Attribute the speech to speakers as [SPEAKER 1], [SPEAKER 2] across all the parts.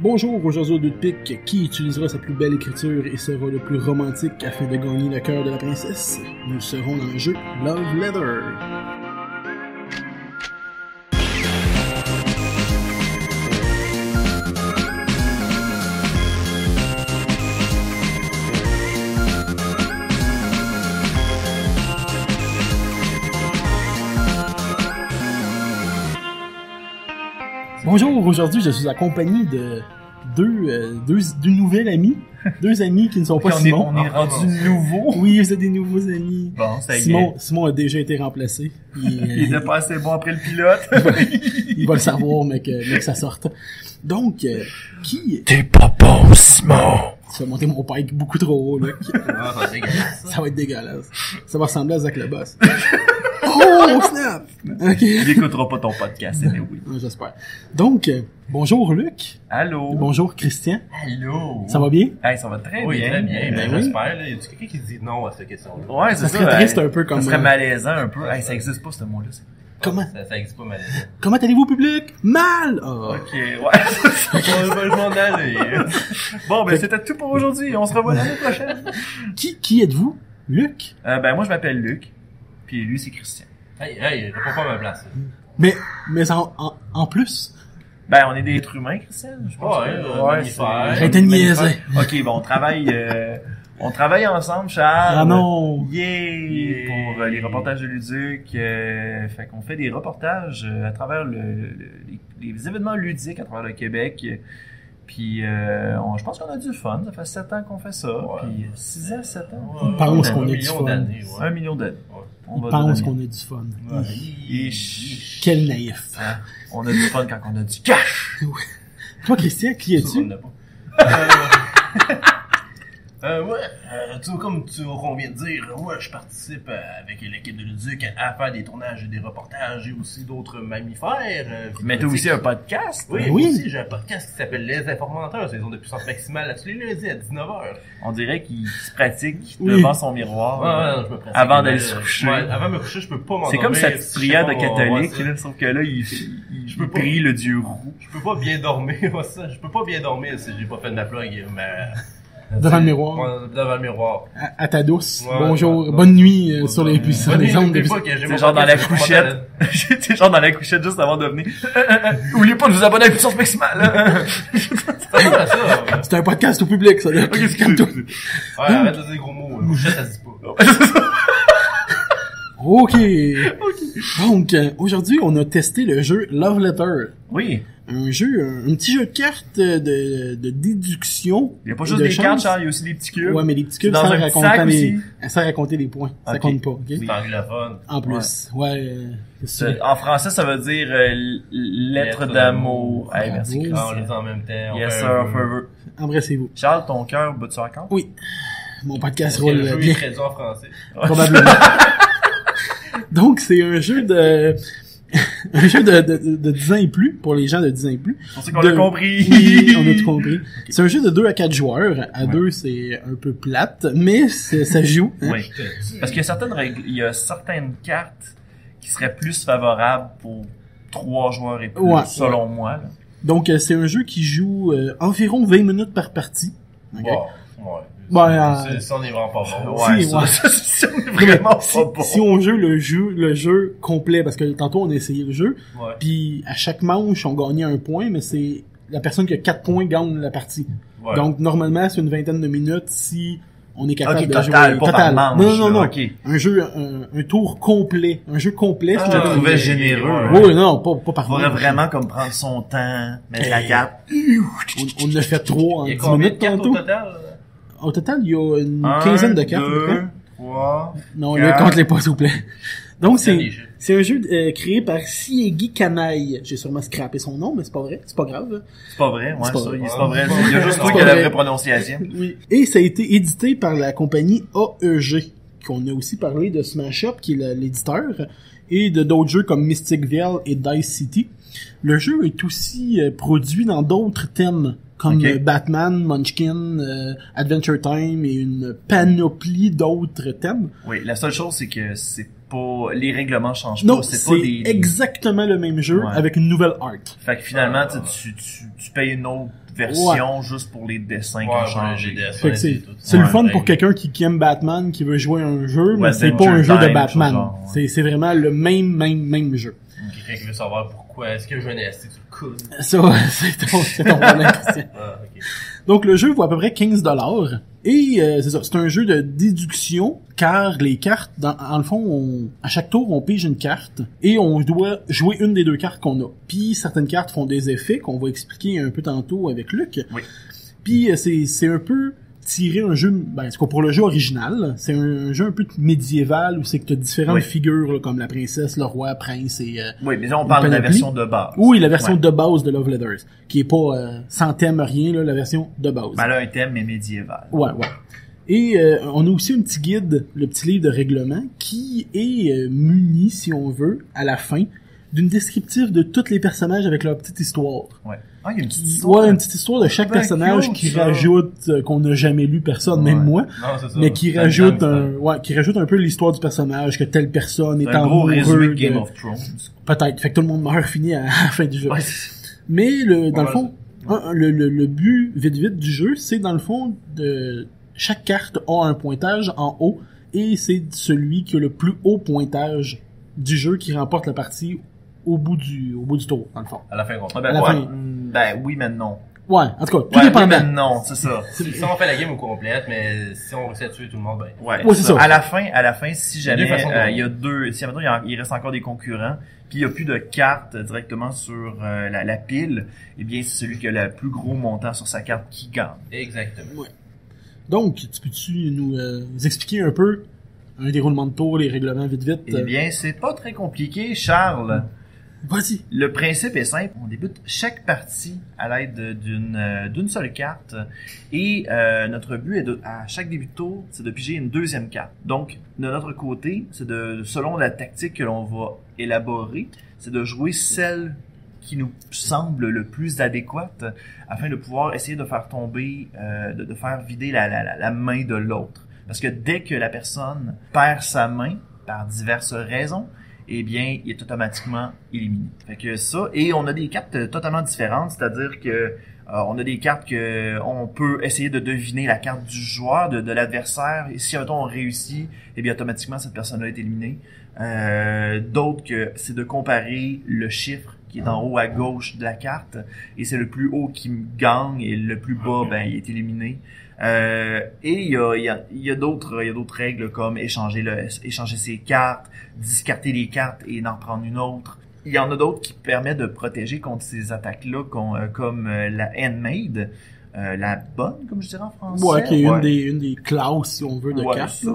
[SPEAKER 1] Bonjour, aujourd'hui au deux de pique, qui utilisera sa plus belle écriture et sera le plus romantique afin de gagner le cœur de la princesse? Nous serons dans le jeu Love Letter. Bonjour, aujourd'hui je suis accompagné de deux, euh, deux, deux nouvelles amies, deux amis qui ne sont pas
[SPEAKER 2] on, est,
[SPEAKER 1] Simon. Ah,
[SPEAKER 2] on est rendu nouveau.
[SPEAKER 1] Oui, vous êtes des nouveaux amis.
[SPEAKER 2] Bon, ça y
[SPEAKER 1] Simon, Simon a déjà été remplacé. Il, euh,
[SPEAKER 2] est. Il était pas assez bon après le pilote.
[SPEAKER 1] Bah, il va le savoir, mais que, mais que ça sorte. Donc, euh, qui...
[SPEAKER 2] T'es pas bon, Simon.
[SPEAKER 1] Tu vas monter mon pike beaucoup trop haut, là.
[SPEAKER 3] Ah, ça va être dégueulasse.
[SPEAKER 1] Ça va être dégueulasse. Ça va ressembler à Zach le boss. Oh, snap! Ok.
[SPEAKER 2] Il écoutera pas ton podcast, mais oui.
[SPEAKER 1] Ouais, J'espère. Donc, euh, bonjour Luc.
[SPEAKER 2] Allô.
[SPEAKER 1] Bonjour Christian.
[SPEAKER 3] Allô?
[SPEAKER 1] Ça va bien?
[SPEAKER 2] Hey, ça va très
[SPEAKER 3] Oui,
[SPEAKER 2] bien. Euh,
[SPEAKER 3] très bien. Ben,
[SPEAKER 1] oui.
[SPEAKER 3] j'espère, là. Y a-tu quelqu'un qui dit non à cette question-là?
[SPEAKER 2] Ouais, c'est
[SPEAKER 1] Ça
[SPEAKER 2] ça.
[SPEAKER 1] serait triste
[SPEAKER 2] hey.
[SPEAKER 1] un peu comme,
[SPEAKER 2] Ça serait
[SPEAKER 1] euh,
[SPEAKER 2] malaisant un peu. Hey, ça existe pas ce mot-là. c'est-
[SPEAKER 1] Comment?
[SPEAKER 3] Ça, ça existe pas mal.
[SPEAKER 1] Comment allez-vous public? Mal! Ah.
[SPEAKER 2] Ok, ouais.
[SPEAKER 3] On va m'en aller.
[SPEAKER 2] bon, ben c'était tout pour aujourd'hui. On se revoit l'année prochaine.
[SPEAKER 1] Qui, qui êtes-vous? Luc?
[SPEAKER 2] Euh, ben moi je m'appelle Luc. Puis lui c'est Christian.
[SPEAKER 3] Hey, hey, réponds pas à ma place.
[SPEAKER 1] Mais, mais en, en, en plus,
[SPEAKER 2] Ben on est des êtres humains, Christian. Je pense.
[SPEAKER 3] Ouais,
[SPEAKER 2] que-
[SPEAKER 3] euh, mammifères.
[SPEAKER 2] c'est-
[SPEAKER 1] Arrêtez de niaiser.
[SPEAKER 2] Ok, bon on travaille. euh, on travaille ensemble, Charles.
[SPEAKER 1] ah non!
[SPEAKER 2] Yay!
[SPEAKER 3] Yay!
[SPEAKER 2] Pour euh, les reportages de Luduc. euh, fait qu'on fait des reportages euh, à travers le- le- les, les événements ludiques à travers le Québec. Puis euh, on- je pense qu'on a du fun. Ça fait 7 ans qu'on fait ça.
[SPEAKER 3] Ouais.
[SPEAKER 2] Puis 6 ans, 7 ans.
[SPEAKER 3] On
[SPEAKER 1] pense
[SPEAKER 3] a
[SPEAKER 1] qu'on
[SPEAKER 3] un
[SPEAKER 1] a du
[SPEAKER 3] million
[SPEAKER 1] fun.
[SPEAKER 3] d'années,
[SPEAKER 2] Un
[SPEAKER 3] ouais.
[SPEAKER 2] million d'années. On
[SPEAKER 1] Il
[SPEAKER 2] va
[SPEAKER 1] pense
[SPEAKER 2] donner.
[SPEAKER 1] qu'on a du fun.
[SPEAKER 3] Ouais.
[SPEAKER 2] Ish.
[SPEAKER 1] Quel naïf.
[SPEAKER 2] Hein? On a du fun quand on a du cash!
[SPEAKER 1] Toi, Christian, qui
[SPEAKER 3] Ça, on
[SPEAKER 1] es-tu?
[SPEAKER 3] l'a pas. Euh, euh, ouais, euh, tu vois, comme tu, on vient de dire, ouais, je participe euh, avec l'équipe de Luduc à, à faire des tournages et des reportages et aussi d'autres mammifères. euh,
[SPEAKER 2] Mais t'as aussi hein. un podcast?
[SPEAKER 3] Oui,
[SPEAKER 1] Ben
[SPEAKER 3] moi
[SPEAKER 1] oui.
[SPEAKER 3] aussi, j'ai un podcast qui s'appelle Les Informateurs, saison de puissance maximale à tous les lundis à 19h.
[SPEAKER 2] On dirait qu'il se pratique
[SPEAKER 1] Oui.
[SPEAKER 2] devant son miroir. Avant d'aller se coucher.
[SPEAKER 3] Ouais, avant de me coucher, je peux pas m'endormir.
[SPEAKER 2] C'est comme cette
[SPEAKER 3] Je sais
[SPEAKER 2] prière
[SPEAKER 3] pas,
[SPEAKER 2] de
[SPEAKER 3] moi,
[SPEAKER 2] catholique,
[SPEAKER 3] moi, ça,
[SPEAKER 2] là, sauf que là, il, il,
[SPEAKER 3] Je peux
[SPEAKER 2] il
[SPEAKER 3] pas.
[SPEAKER 2] prie le dieu roux.
[SPEAKER 3] Je peux pas bien dormir, moi, ça. Je peux pas bien dormir si j'ai pas fait de la plug, mais...
[SPEAKER 1] Devant le miroir.
[SPEAKER 3] Ouais, devant le miroir.
[SPEAKER 1] À, à ta douce.
[SPEAKER 3] Ouais,
[SPEAKER 1] Bonjour.
[SPEAKER 3] ouais, ouais.
[SPEAKER 1] Bonne nuit euh, sur les puissants.
[SPEAKER 3] Bonne nuit,
[SPEAKER 1] les ondes
[SPEAKER 3] n'oubliez
[SPEAKER 1] des
[SPEAKER 3] pas que j'ai mon
[SPEAKER 2] C'est genre dans la
[SPEAKER 3] podcast sur mon
[SPEAKER 2] couchette.
[SPEAKER 3] talent.
[SPEAKER 2] J'étais genre dans la couchette juste avant de venir. Oubliez pas de vous abonner à Puissance Maximale. hein.
[SPEAKER 3] C'est pas ça. ouais.
[SPEAKER 1] C'est un podcast au public, ça. là.
[SPEAKER 2] excuse-moi.
[SPEAKER 3] Ouais, arrête de dire des gros mots. là. Couchette, ça se dit pas.
[SPEAKER 1] OK. Donc, euh, aujourd'hui, on a testé le jeu Love Letter.
[SPEAKER 2] oui.
[SPEAKER 1] Un jeu, un, un petit jeu de cartes euh, de, de déduction.
[SPEAKER 2] Il y a pas juste
[SPEAKER 1] de
[SPEAKER 2] des
[SPEAKER 1] chance.
[SPEAKER 2] cartes, Charles, il y a aussi des petits cubes.
[SPEAKER 1] Ouais, mais les petits cubes,
[SPEAKER 2] Dans
[SPEAKER 1] ça
[SPEAKER 2] un petit
[SPEAKER 1] raconte
[SPEAKER 2] sac
[SPEAKER 1] pas les,
[SPEAKER 2] aussi.
[SPEAKER 1] ça raconter les points. Ça
[SPEAKER 2] Ok.
[SPEAKER 1] compte pas, OK?
[SPEAKER 3] C'est anglophone.
[SPEAKER 1] En plus. Ouais. euh, qu'est-ce que tu
[SPEAKER 2] C'est- En français, ça veut dire euh, l- lettre
[SPEAKER 3] Lettre
[SPEAKER 2] d'amour.
[SPEAKER 3] d'amour.
[SPEAKER 2] Hey,
[SPEAKER 1] Bravo.
[SPEAKER 2] merci, Chris.
[SPEAKER 3] Ah, On les dit en même temps. on
[SPEAKER 2] Yes,
[SPEAKER 3] fait
[SPEAKER 2] sir,
[SPEAKER 3] un peu.
[SPEAKER 2] forever.
[SPEAKER 1] veux? Embrassez-vous.
[SPEAKER 2] Charles, ton cœur bat-tu encore?
[SPEAKER 1] Oui. Mon podcast
[SPEAKER 3] Parce que
[SPEAKER 1] roule
[SPEAKER 3] le
[SPEAKER 1] euh,
[SPEAKER 3] jeu est
[SPEAKER 1] bien.
[SPEAKER 3] traduit en français.
[SPEAKER 1] Probablement. Donc, c'est un jeu de... un jeu de, de, de 10 ans et plus, pour les gens de 10 ans et plus.
[SPEAKER 2] C'est pour ça qu'on
[SPEAKER 1] De-
[SPEAKER 2] l'a compris.
[SPEAKER 1] Oui, on a tout compris. C'est un jeu de 2 à 4 joueurs. À 2, c'est un peu plate, mais c'est- ça joue. hein.
[SPEAKER 2] Oui. Parce qu'il y a certaines règles, il y a certaines cartes qui seraient plus favorables pour trois joueurs et plus,
[SPEAKER 1] Ouais.
[SPEAKER 2] selon moi. là.
[SPEAKER 1] Donc, euh, c'est un jeu qui joue euh, environ 20 minutes par partie. Ok?
[SPEAKER 3] Bon, ouais.
[SPEAKER 1] Ben,
[SPEAKER 3] C'est- Ça, on est vraiment pas bon.
[SPEAKER 2] Ouais,
[SPEAKER 1] Si,
[SPEAKER 2] ça,
[SPEAKER 1] ouais.
[SPEAKER 2] ça, c'est vraiment
[SPEAKER 1] si,
[SPEAKER 2] pas bon.
[SPEAKER 1] si on joue le jeu, le jeu complet, parce que tantôt on a essayé le jeu,
[SPEAKER 3] Ouais.
[SPEAKER 1] puis à chaque manche on gagnait un point, mais c'est la personne qui a 4 points gagne la partie.
[SPEAKER 3] Ouais.
[SPEAKER 1] Donc normalement c'est une vingtaine de minutes si on est capable
[SPEAKER 2] Ok,
[SPEAKER 1] de
[SPEAKER 2] total,
[SPEAKER 1] jouer.
[SPEAKER 2] pas par manche,
[SPEAKER 1] non, non, non,
[SPEAKER 2] là,
[SPEAKER 1] non.
[SPEAKER 2] ok.
[SPEAKER 1] Un jeu, un, un tour complet, un jeu complet.
[SPEAKER 2] Ah,
[SPEAKER 1] si
[SPEAKER 2] je le
[SPEAKER 1] j'avais-
[SPEAKER 2] trouvais généreux.
[SPEAKER 1] Oui, non, pas, pas par
[SPEAKER 2] Il faudrait
[SPEAKER 1] manche.
[SPEAKER 2] vraiment comme prendre son temps, mettre la
[SPEAKER 1] Eh,
[SPEAKER 2] carte.
[SPEAKER 1] On, on a fait 3 en
[SPEAKER 3] Il y a
[SPEAKER 1] 10
[SPEAKER 3] combien de
[SPEAKER 1] minutes
[SPEAKER 3] cartes au
[SPEAKER 1] tantôt.
[SPEAKER 3] total? là?
[SPEAKER 1] Au total, il y a une
[SPEAKER 2] Un,
[SPEAKER 1] quinzaine de cartes. à peu près.
[SPEAKER 2] Deux, trois.
[SPEAKER 1] Non,
[SPEAKER 2] Quatre.
[SPEAKER 1] le compte les pas, s'il vous plaît. Donc,
[SPEAKER 3] C'est
[SPEAKER 1] c'est,
[SPEAKER 3] des jeux.
[SPEAKER 1] c'est un jeu euh, créé par Siegi Kanaï. J'ai sûrement scrappé son nom, mais c'est pas vrai. C'est pas grave. hein.
[SPEAKER 2] C'est pas vrai, ouais,
[SPEAKER 1] C'est pas
[SPEAKER 2] ça.
[SPEAKER 1] vrai.
[SPEAKER 2] il- C'est pas vrai.
[SPEAKER 3] Ouais.
[SPEAKER 2] Il y a juste toi
[SPEAKER 3] C'est
[SPEAKER 2] qui
[SPEAKER 1] pas
[SPEAKER 2] a la
[SPEAKER 1] vrai.
[SPEAKER 2] vraie prononciation.
[SPEAKER 1] Oui. Et ça a été édité par la compagnie AEG, qu'on a aussi parlé de Smash Up, qui est le- l'éditeur, et de d'autres jeux comme Mystic Veil et Dice City. Le jeu est aussi euh, produit dans d'autres thèmes, comme
[SPEAKER 2] Ok.
[SPEAKER 1] euh, Batman, Munchkin, euh, Adventure Time et une panoplie d'autres thèmes.
[SPEAKER 2] Oui, la seule chose, c'est que c'est pas, les règlements changent
[SPEAKER 1] Non,
[SPEAKER 2] pas. C'est pas
[SPEAKER 1] c'est
[SPEAKER 2] des.
[SPEAKER 1] exactement le même jeu
[SPEAKER 2] Ouais.
[SPEAKER 1] avec une nouvelle art.
[SPEAKER 2] Fait que finalement,
[SPEAKER 3] Ah.
[SPEAKER 2] tu, tu, tu, tu payes une autre version juste pour les dessins qui ont changé.
[SPEAKER 1] Fait que c'est c'est le fun pour quelqu'un qui aime Batman, qui veut jouer à un jeu, mais c'est pas un
[SPEAKER 2] Adventure
[SPEAKER 1] jeu de
[SPEAKER 2] Time, ce
[SPEAKER 1] Batman.
[SPEAKER 2] genre, ouais.
[SPEAKER 1] C'est c'est vraiment le même, même, même jeu.
[SPEAKER 3] Quelqu'un qui veut savoir pourquoi. Est-ce que je venais assez sur le coude?
[SPEAKER 1] Ça, c'est ton, c'est ton problème, Christian.
[SPEAKER 3] Ah, ok.
[SPEAKER 1] Donc, le jeu vaut à peu près 15 dollars. Et euh, c'est ça, c'est un jeu de déduction, car les cartes, dans, en le fond, on- à chaque tour, on pige une carte, et on doit jouer une des deux cartes qu'on a. Puis, certaines cartes font des effets qu'on va expliquer un peu tantôt avec Luc.
[SPEAKER 2] Oui.
[SPEAKER 1] Puis, euh, c'est c'est un peu tirer un jeu, ben, en tout cas, pour le jeu original, c'est un, un jeu un peu médiéval, où c'est que tu as différentes
[SPEAKER 2] Oui.
[SPEAKER 1] figures, là, comme la princesse, le roi, prince et... euh,
[SPEAKER 2] Oui, mais là, on parle de la
[SPEAKER 1] panoplie.
[SPEAKER 2] version de base.
[SPEAKER 1] oui, la version
[SPEAKER 2] Ouais.
[SPEAKER 1] de base de Love Letters, qui est pas euh, sans thème rien là, la version de base.
[SPEAKER 2] Ben là, un thème mais médiéval.
[SPEAKER 1] Ouais, ouais. Et euh, on a aussi un petit guide, le petit livre de règlement, qui est euh, muni, si on veut, à la fin, d'une descriptive de tous les personnages avec leur petite histoire.
[SPEAKER 2] Ouais. Ah, il y a une petite histoire.
[SPEAKER 1] Ouais, une petite histoire de chaque
[SPEAKER 2] Ben,
[SPEAKER 1] personnage
[SPEAKER 2] cute,
[SPEAKER 1] qui
[SPEAKER 2] ça.
[SPEAKER 1] rajoute, euh, qu'on n'a jamais lu personne,
[SPEAKER 2] Ouais.
[SPEAKER 1] même moi,
[SPEAKER 2] Ah,
[SPEAKER 3] Non, c'est ça.
[SPEAKER 1] mais qui
[SPEAKER 3] Ça
[SPEAKER 1] rajoute
[SPEAKER 3] me
[SPEAKER 1] un,
[SPEAKER 3] donne
[SPEAKER 1] ouais, qui rajoute un peu l'histoire du personnage, que telle personne est
[SPEAKER 2] hein. C'est un gros résumé
[SPEAKER 1] amoureuse
[SPEAKER 2] de Game
[SPEAKER 1] de-
[SPEAKER 2] of Thrones.
[SPEAKER 1] Peut-être, fait que tout le monde meurt fini à la fin du jeu.
[SPEAKER 2] Ouais.
[SPEAKER 1] Mais le, dans
[SPEAKER 3] Pas
[SPEAKER 1] le
[SPEAKER 3] mal,
[SPEAKER 1] fond,
[SPEAKER 2] ça.
[SPEAKER 1] un- un- le, le- le but vite vite du jeu, c'est dans le fond de chaque carte a un pointage en haut et c'est celui qui a le plus haut pointage du jeu qui remporte la partie au bout du au bout du tour dans le fond.
[SPEAKER 3] À la fin, on
[SPEAKER 2] Ah,
[SPEAKER 1] À
[SPEAKER 2] ben,
[SPEAKER 1] la
[SPEAKER 2] ouais.
[SPEAKER 1] fin.
[SPEAKER 2] Mm, ben oui, mais non.
[SPEAKER 1] Ouais, en tout cas, tout
[SPEAKER 2] Ouais, oui,
[SPEAKER 1] dépendant.
[SPEAKER 2] mais non, c'est ça.
[SPEAKER 3] Si on fait la game au complète, mais si on réussit à tuer tout le monde, ben.
[SPEAKER 2] Ouais,
[SPEAKER 1] Ouais, c'est ça.
[SPEAKER 2] À la fin, à la fin, si jamais
[SPEAKER 3] deux façons de
[SPEAKER 2] euh,
[SPEAKER 3] voir.
[SPEAKER 2] il y a deux, si maintenant il, y a- il reste encore des concurrents, puis il n'y a plus de cartes directement sur euh, la, la pile, eh bien c'est celui qui a le plus gros montant sur sa carte qui gagne.
[SPEAKER 3] Exactement.
[SPEAKER 1] Donc, tu peux-tu nous, euh, nous expliquer un peu un déroulement de tour, les règlements vite vite
[SPEAKER 2] Eh
[SPEAKER 1] euh,
[SPEAKER 2] bien, c'est pas très compliqué, Charles.
[SPEAKER 1] Vas-y.
[SPEAKER 2] Le principe est simple. On débute chaque partie à l'aide d'une euh, d'une seule carte. Et euh, notre but est de, à chaque début de tour, c'est de piger une deuxième carte. Donc, de notre côté, c'est de selon la tactique que l'on va élaborer, c'est de jouer celle qui nous semble le plus adéquate afin de pouvoir essayer de faire tomber, euh, de, de faire vider la, la- la- la main de l'autre. Parce que dès que la personne perd sa main, par diverses raisons, eh bien, il est automatiquement éliminé. Fait que ça, et on a des cartes euh, totalement différentes, c'est-à-dire que euh, on a des cartes que on peut essayer de deviner la carte du joueur, de, de l'adversaire, et si mettons, on réussit, eh bien, automatiquement, cette personne-là est éliminée. Euh, D'autres que c'est de comparer le chiffre qui est en haut à gauche de la carte, et c'est le plus haut qui gagne, et le plus bas, ben, il est éliminé. Euh, et il y a, il y a- il y a d'autres il y a d'autres règles comme échanger, le, échanger ses cartes, discarter les cartes et d'en prendre une autre. Il y en a d'autres qui permettent de protéger contre ces attaques-là, qu'on- euh, comme euh, la Handmaid, euh, la bonne, comme je dirais en français.
[SPEAKER 1] Ouais, qui est
[SPEAKER 2] Ouais.
[SPEAKER 1] une des une des classes si on veut de
[SPEAKER 2] Ouais,
[SPEAKER 1] cartes.
[SPEAKER 2] ça.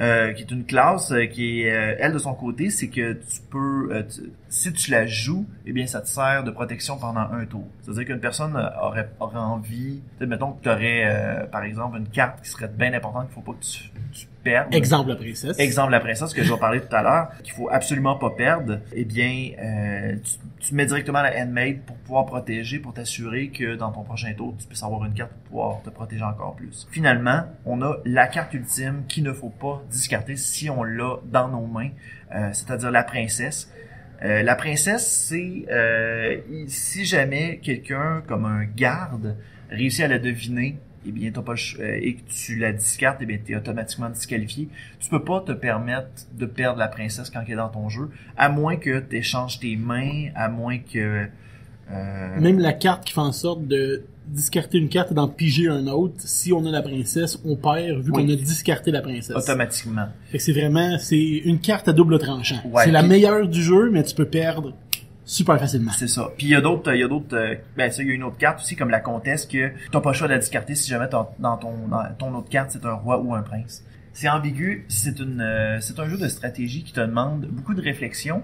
[SPEAKER 2] Euh, qui est une classe euh, qui est euh, elle de son côté, c'est que tu peux euh, tu- si tu la joues, eh bien ça te sert de protection pendant un tour. C'est-à-dire qu'une personne euh, aurait aurait envie, peut-être, mettons que tu aurais par exemple une carte qui serait bien importante qu'il faut pas que tu, tu perdes.
[SPEAKER 1] Exemple la princesse.
[SPEAKER 2] Exemple, la princesse que je vais parler tout à l'heure, qu'il faut absolument pas perdre, eh bien, euh, tu, tu mets directement la handmaid pour pouvoir protéger, pour t'assurer que dans ton prochain tour, tu puisses avoir une carte pour pouvoir te protéger encore plus. Finalement, on a la carte ultime qu'il ne faut pas discarter si on l'a dans nos mains, euh, c'est-à-dire la princesse. Euh, la princesse, c'est euh, si jamais quelqu'un, comme un garde, réussit à la deviner, eh bien, t'as pas le ch- euh, et que tu la discartes, eh bien, t'es automatiquement disqualifié. Tu peux pas te permettre de perdre la princesse quand elle est dans ton jeu, à moins que tu échanges tes mains, à moins que... euh,
[SPEAKER 1] Même la carte qui fait en sorte de discarter une carte et d'en piger un autre, si on a la princesse, on perd vu
[SPEAKER 2] Oui.
[SPEAKER 1] qu'on a discarté la princesse.
[SPEAKER 2] automatiquement.
[SPEAKER 1] Fait que c'est vraiment, c'est une carte à double tranchant.
[SPEAKER 2] Ouais,
[SPEAKER 1] c'est la
[SPEAKER 2] puis-
[SPEAKER 1] meilleure du jeu, mais tu peux perdre super facilement.
[SPEAKER 2] C'est ça. Puis il y a d'autres, il y a d'autres, euh, ben ça, il y a une autre carte aussi comme la comtesse que t'as pas le choix de la discarter si jamais ton- dans ton dans ton autre carte c'est un roi ou un prince. C'est ambigu. C'est une, euh, c'est un jeu de stratégie qui te demande beaucoup de réflexion.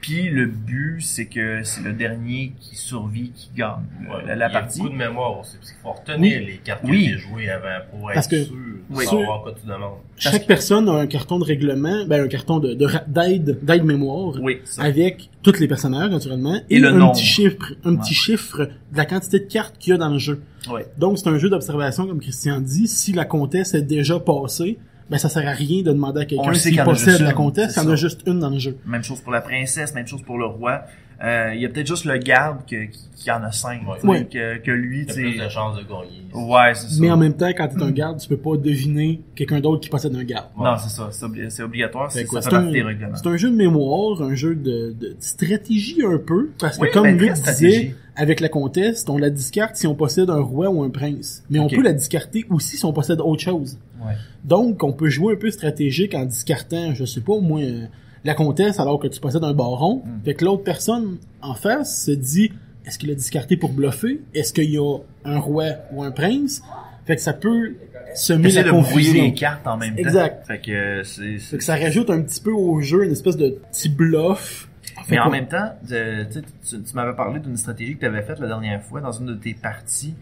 [SPEAKER 2] Puis le but c'est que c'est le dernier qui survit qui gagne euh,
[SPEAKER 3] Ouais,
[SPEAKER 2] la, la
[SPEAKER 3] il y a
[SPEAKER 2] partie.
[SPEAKER 3] beaucoup de mémoire aussi, parce qu'il faut retenir les cartes
[SPEAKER 2] Oui.
[SPEAKER 3] que tu as jouées avant pour être
[SPEAKER 1] Parce que-
[SPEAKER 3] sûr de
[SPEAKER 2] Oui.
[SPEAKER 3] savoir quoi tu demandes.
[SPEAKER 1] Chaque personne a un carton de règlement, ben un carton de de ra- d'aide d'aide mémoire
[SPEAKER 2] Oui. Ça.
[SPEAKER 1] avec tous les personnages naturellement
[SPEAKER 2] Et
[SPEAKER 1] et,
[SPEAKER 2] le
[SPEAKER 1] un
[SPEAKER 2] nombre.
[SPEAKER 1] petit chiffre, un petit
[SPEAKER 2] Ouais.
[SPEAKER 1] chiffre de la quantité de cartes qu'il y a dans le jeu.
[SPEAKER 2] Ouais.
[SPEAKER 1] Donc c'est un jeu d'observation comme Christian dit, si la comtesse est déjà passée, ben ça sert à rien de demander à
[SPEAKER 2] On
[SPEAKER 1] quelqu'un
[SPEAKER 2] le sait
[SPEAKER 1] s'il
[SPEAKER 2] qu'il y en a
[SPEAKER 1] possède
[SPEAKER 2] juste
[SPEAKER 1] la
[SPEAKER 2] une,
[SPEAKER 1] comtesse,
[SPEAKER 2] c'est
[SPEAKER 1] il y en a
[SPEAKER 2] ça.
[SPEAKER 1] juste une dans le jeu.
[SPEAKER 2] Même chose pour la princesse, même chose pour le roi. Euh, Il y a peut-être juste le garde que- qui, qui en a cinq.
[SPEAKER 3] Ouais.
[SPEAKER 2] tu sais,
[SPEAKER 1] Ouais.
[SPEAKER 2] Que, que lui,
[SPEAKER 3] T'as
[SPEAKER 2] tu
[SPEAKER 3] plus de
[SPEAKER 2] sais.
[SPEAKER 3] chances de gagner.
[SPEAKER 2] Ouais, c'est ça.
[SPEAKER 1] Mais en même temps, quand t'es un garde, tu peux pas deviner quelqu'un d'autre qui possède un garde.
[SPEAKER 2] Non, c'est ça. C'est obli- c'est obligatoire.
[SPEAKER 1] Fait
[SPEAKER 2] C'est
[SPEAKER 1] quoi,
[SPEAKER 2] ça fait
[SPEAKER 1] c'est un-
[SPEAKER 2] partie des règlements.
[SPEAKER 1] C'est un jeu de mémoire, un jeu de, de stratégie un peu, parce que
[SPEAKER 2] Oui,
[SPEAKER 1] comme
[SPEAKER 2] ben,
[SPEAKER 1] Luc disait,
[SPEAKER 2] très stratégie.
[SPEAKER 1] avec la comtesse, on la discarte si on possède un roi ou un prince. Mais
[SPEAKER 2] Ok.
[SPEAKER 1] on peut la discarter aussi si on possède autre chose.
[SPEAKER 2] Ouais.
[SPEAKER 1] Donc, on peut jouer un peu stratégique en discartant, je sais pas, moi, euh, la comtesse alors que tu possèdes un baron.
[SPEAKER 2] Mm.
[SPEAKER 1] Fait que l'autre personne en face se dit, est-ce qu'il a discarté pour bluffer? Est-ce qu'il y a un roi ou un prince? Fait que ça peut semer
[SPEAKER 2] Essayer
[SPEAKER 1] la
[SPEAKER 2] de brouiller
[SPEAKER 1] confusion.
[SPEAKER 2] les cartes en même temps.
[SPEAKER 1] Exact.
[SPEAKER 2] Fait que euh, c'est. c'est-
[SPEAKER 1] Fait que ça rajoute un petit peu au jeu une espèce de petit bluff. Fait
[SPEAKER 2] Mais en
[SPEAKER 1] qu'on-
[SPEAKER 2] même temps, de- tu sais, tu, tu m'avais parlé d'une stratégie que tu avais faite la dernière fois dans une de tes parties,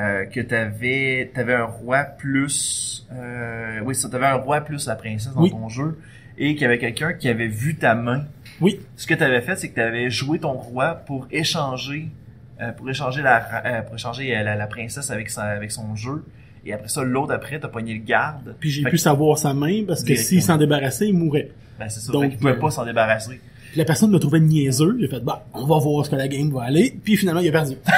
[SPEAKER 2] euh, que tu avais, un roi plus... Euh, oui, tu avais un roi plus la princesse dans
[SPEAKER 1] Oui.
[SPEAKER 2] ton jeu, et qu'il y avait quelqu'un qui avait vu ta main.
[SPEAKER 1] Oui.
[SPEAKER 2] Ce que tu avais fait, c'est que tu avais joué ton roi pour échanger euh, pour échanger la ra- euh, pour échanger euh, la, la princesse avec, sa, avec son jeu. Et après ça, l'autre après, t'as pogné le garde.
[SPEAKER 1] Puis j'ai
[SPEAKER 2] Fait
[SPEAKER 1] pu
[SPEAKER 2] que-
[SPEAKER 1] savoir sa main parce que
[SPEAKER 2] Directement.
[SPEAKER 1] s'il s'en débarrassait, il mourait.
[SPEAKER 2] Ben, c'est ça.
[SPEAKER 1] Donc,
[SPEAKER 2] fait qu'il pouvait
[SPEAKER 1] euh,
[SPEAKER 2] pas s'en débarrasser.
[SPEAKER 1] Puis la personne me trouvait niaiseux. J'ai fait, bah, on va voir ce que la game va aller. Puis finalement, il a perdu.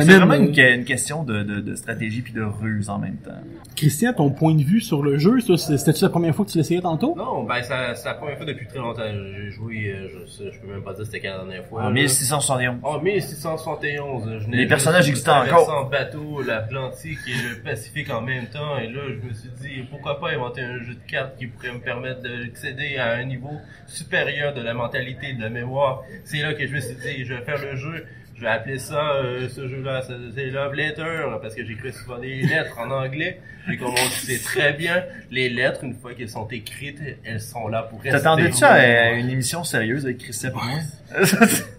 [SPEAKER 1] ça
[SPEAKER 2] que C'est
[SPEAKER 1] mène,
[SPEAKER 2] vraiment
[SPEAKER 1] euh,
[SPEAKER 2] une, que- une question de, de, de stratégie puis de ruse en même temps.
[SPEAKER 1] Christian, ton point de vue sur le jeu, ça, c'est- c'était-tu la première fois que tu l'essayais tantôt?
[SPEAKER 3] Non, ben, ça, ça a pas fait depuis très longtemps. J'ai joué, euh, je, sais- je peux même pas dire c'était quand la dernière fois.
[SPEAKER 2] En
[SPEAKER 3] là. Oh,
[SPEAKER 2] 1671.
[SPEAKER 3] En 1671, je n'ai
[SPEAKER 2] Les
[SPEAKER 3] juste
[SPEAKER 2] personnages existaient
[SPEAKER 3] traversé
[SPEAKER 2] encore.
[SPEAKER 3] en bateau l'Atlantique et le Pacifique en même temps, et là, je me suis dit, pourquoi pas inventer un jeu de cartes qui pourrait me permettre d'accéder à un niveau supérieur de la mentalité, de la mémoire. C'est là que je me suis dit, je vais faire le jeu, je vais appeler ça, euh, ce jeu-là, ça- c'est Love Letter, parce que j'écris souvent des lettres en anglais, et comme on le sait très bien, les lettres, une fois qu'elles sont écrites, elles sont là pour rester.
[SPEAKER 2] T'attendais-tu à euh, une émission sérieuse avec Christian pour moi?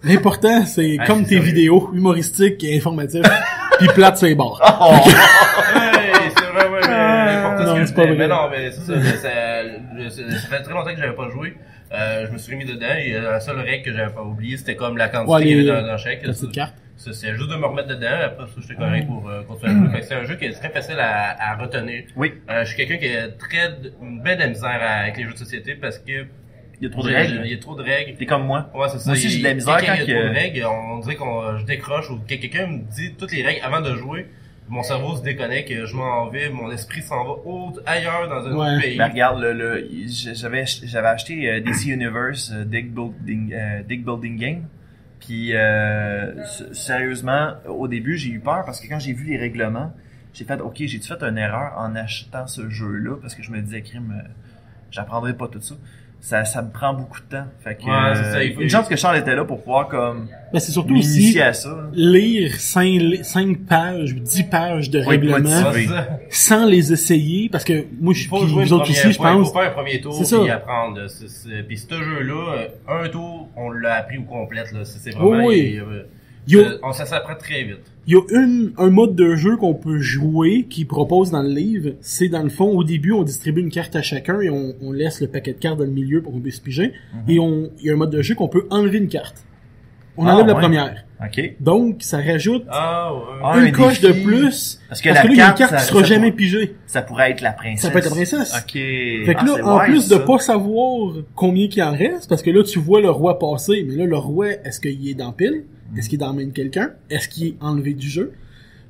[SPEAKER 1] L'important, c'est
[SPEAKER 3] Ah,
[SPEAKER 1] comme
[SPEAKER 3] c'est
[SPEAKER 1] tes
[SPEAKER 3] sérieux.
[SPEAKER 1] vidéos humoristiques et informatives, puis plates sur les bords.
[SPEAKER 3] Ah,
[SPEAKER 2] Oh!
[SPEAKER 3] Hey, c'est vrai, ouais, mais n'importe
[SPEAKER 1] Ah. non,
[SPEAKER 3] ce que
[SPEAKER 1] c'est
[SPEAKER 3] je
[SPEAKER 1] pas
[SPEAKER 3] dis.
[SPEAKER 1] vrai.
[SPEAKER 3] Mais non, mais c'est ça, mais ça, le- ça, ça fait très longtemps que j'avais pas joué. Euh, je me suis remis dedans et euh, la seule règle que j'avais pas oubliée, c'était comme la quantité
[SPEAKER 1] Ouais,
[SPEAKER 3] qu'il y
[SPEAKER 1] les-
[SPEAKER 3] avait dans, dans chaque.
[SPEAKER 1] La petite carte.
[SPEAKER 3] Ça, C'est juste de me remettre dedans, après ça, j'étais correct pour euh, continuer à jouer. Fait que C'est un jeu qui est très facile à, à retenir.
[SPEAKER 2] Oui.
[SPEAKER 3] Euh, je suis quelqu'un qui a très, de- une belle de la misère à- avec les jeux de société parce que
[SPEAKER 2] Il y a trop de
[SPEAKER 3] j'ai-
[SPEAKER 2] règles.
[SPEAKER 3] il y a trop de règles.
[SPEAKER 2] T'es comme moi.
[SPEAKER 3] Ouais, c'est ça.
[SPEAKER 2] Moi aussi,
[SPEAKER 3] Il-
[SPEAKER 2] j'ai de la misère
[SPEAKER 3] quelqu'un
[SPEAKER 2] quand
[SPEAKER 3] qui a trop
[SPEAKER 2] que-
[SPEAKER 3] de règles, on dirait qu'on je décroche ou que quelqu'un me dit toutes les règles avant de jouer. Mon cerveau se déconnecte, je m'en vais, mon esprit s'en va autre- ailleurs dans un
[SPEAKER 1] Ouais.
[SPEAKER 3] autre pays.
[SPEAKER 2] Ben, regarde, le, le- j'avais, j'avais acheté euh, DC Universe euh, Deck Building, euh, Deck Building Game. Puis, euh, s- sérieusement, au début, j'ai eu peur parce que quand j'ai vu les règlements, j'ai fait, OK, j'ai-tu fait une erreur en achetant ce jeu-là? Parce que je me disais, crime, euh, j'apprendrai pas tout ça. Ça, ça me prend beaucoup de temps. Fait que, euh,
[SPEAKER 3] Ouais, c'est ça, il faut-
[SPEAKER 2] une chance que Charles était là pour pouvoir, comme,
[SPEAKER 1] Mais c'est surtout aussi
[SPEAKER 2] m'initier à ça. là.
[SPEAKER 1] lire 5, pages ou 10 pages de
[SPEAKER 2] Faut être
[SPEAKER 1] règlement
[SPEAKER 2] motivé.
[SPEAKER 3] Ouais, c'est ça.
[SPEAKER 1] sans les essayer parce que moi je
[SPEAKER 3] Il
[SPEAKER 1] suis
[SPEAKER 3] faut jouer
[SPEAKER 1] vous
[SPEAKER 3] une
[SPEAKER 1] autres
[SPEAKER 3] première
[SPEAKER 1] aussi je
[SPEAKER 3] fois, il
[SPEAKER 1] pense
[SPEAKER 3] faut faire un premier tour
[SPEAKER 1] C'est
[SPEAKER 3] puis
[SPEAKER 1] ça.
[SPEAKER 3] apprendre. C'est- c'est- Puis ce jeu-là, euh, un tour, on l'a appris au complète. Là. C'est c'est vraiment...
[SPEAKER 1] Oui, oui.
[SPEAKER 3] il- euh,
[SPEAKER 1] il y a,
[SPEAKER 3] euh, on- ça s'apprend très vite.
[SPEAKER 1] il y a une, un mode de jeu qu'on peut jouer qui propose dans le livre c'est dans le fond au début on distribue une carte à chacun et on, on laisse le paquet de cartes dans le milieu pour qu'on puisse piger
[SPEAKER 2] Mhm.
[SPEAKER 1] et on, il y a un mode de jeu qu'on peut enlever une carte on
[SPEAKER 2] Ah,
[SPEAKER 1] enlève la
[SPEAKER 2] ouais.
[SPEAKER 1] première
[SPEAKER 2] OK.
[SPEAKER 1] donc ça rajoute
[SPEAKER 3] Ah, ouais.
[SPEAKER 2] Ah,
[SPEAKER 1] une
[SPEAKER 2] un
[SPEAKER 1] coche
[SPEAKER 2] défi.
[SPEAKER 1] de plus
[SPEAKER 2] Parce que
[SPEAKER 1] parce
[SPEAKER 2] la
[SPEAKER 1] que là il y a une
[SPEAKER 2] carte,
[SPEAKER 1] carte
[SPEAKER 2] ça,
[SPEAKER 1] qui sera
[SPEAKER 2] ça
[SPEAKER 1] jamais
[SPEAKER 2] pourrait-
[SPEAKER 1] pigée
[SPEAKER 2] ça pourrait être la princesse.
[SPEAKER 1] ça peut être la princesse
[SPEAKER 2] OK.
[SPEAKER 1] Fait que
[SPEAKER 2] Ah,
[SPEAKER 1] là,
[SPEAKER 2] c'est
[SPEAKER 1] en
[SPEAKER 2] wise,
[SPEAKER 1] plus de
[SPEAKER 2] ça.
[SPEAKER 1] pas savoir combien qu'il en reste, parce que là, tu vois le roi passer, mais là, le roi, est-ce qu'il est dans pile?
[SPEAKER 2] Hmm.
[SPEAKER 1] Est-ce qu'il est dans la main de quelqu'un? Est-ce qu'il est enlevé du jeu?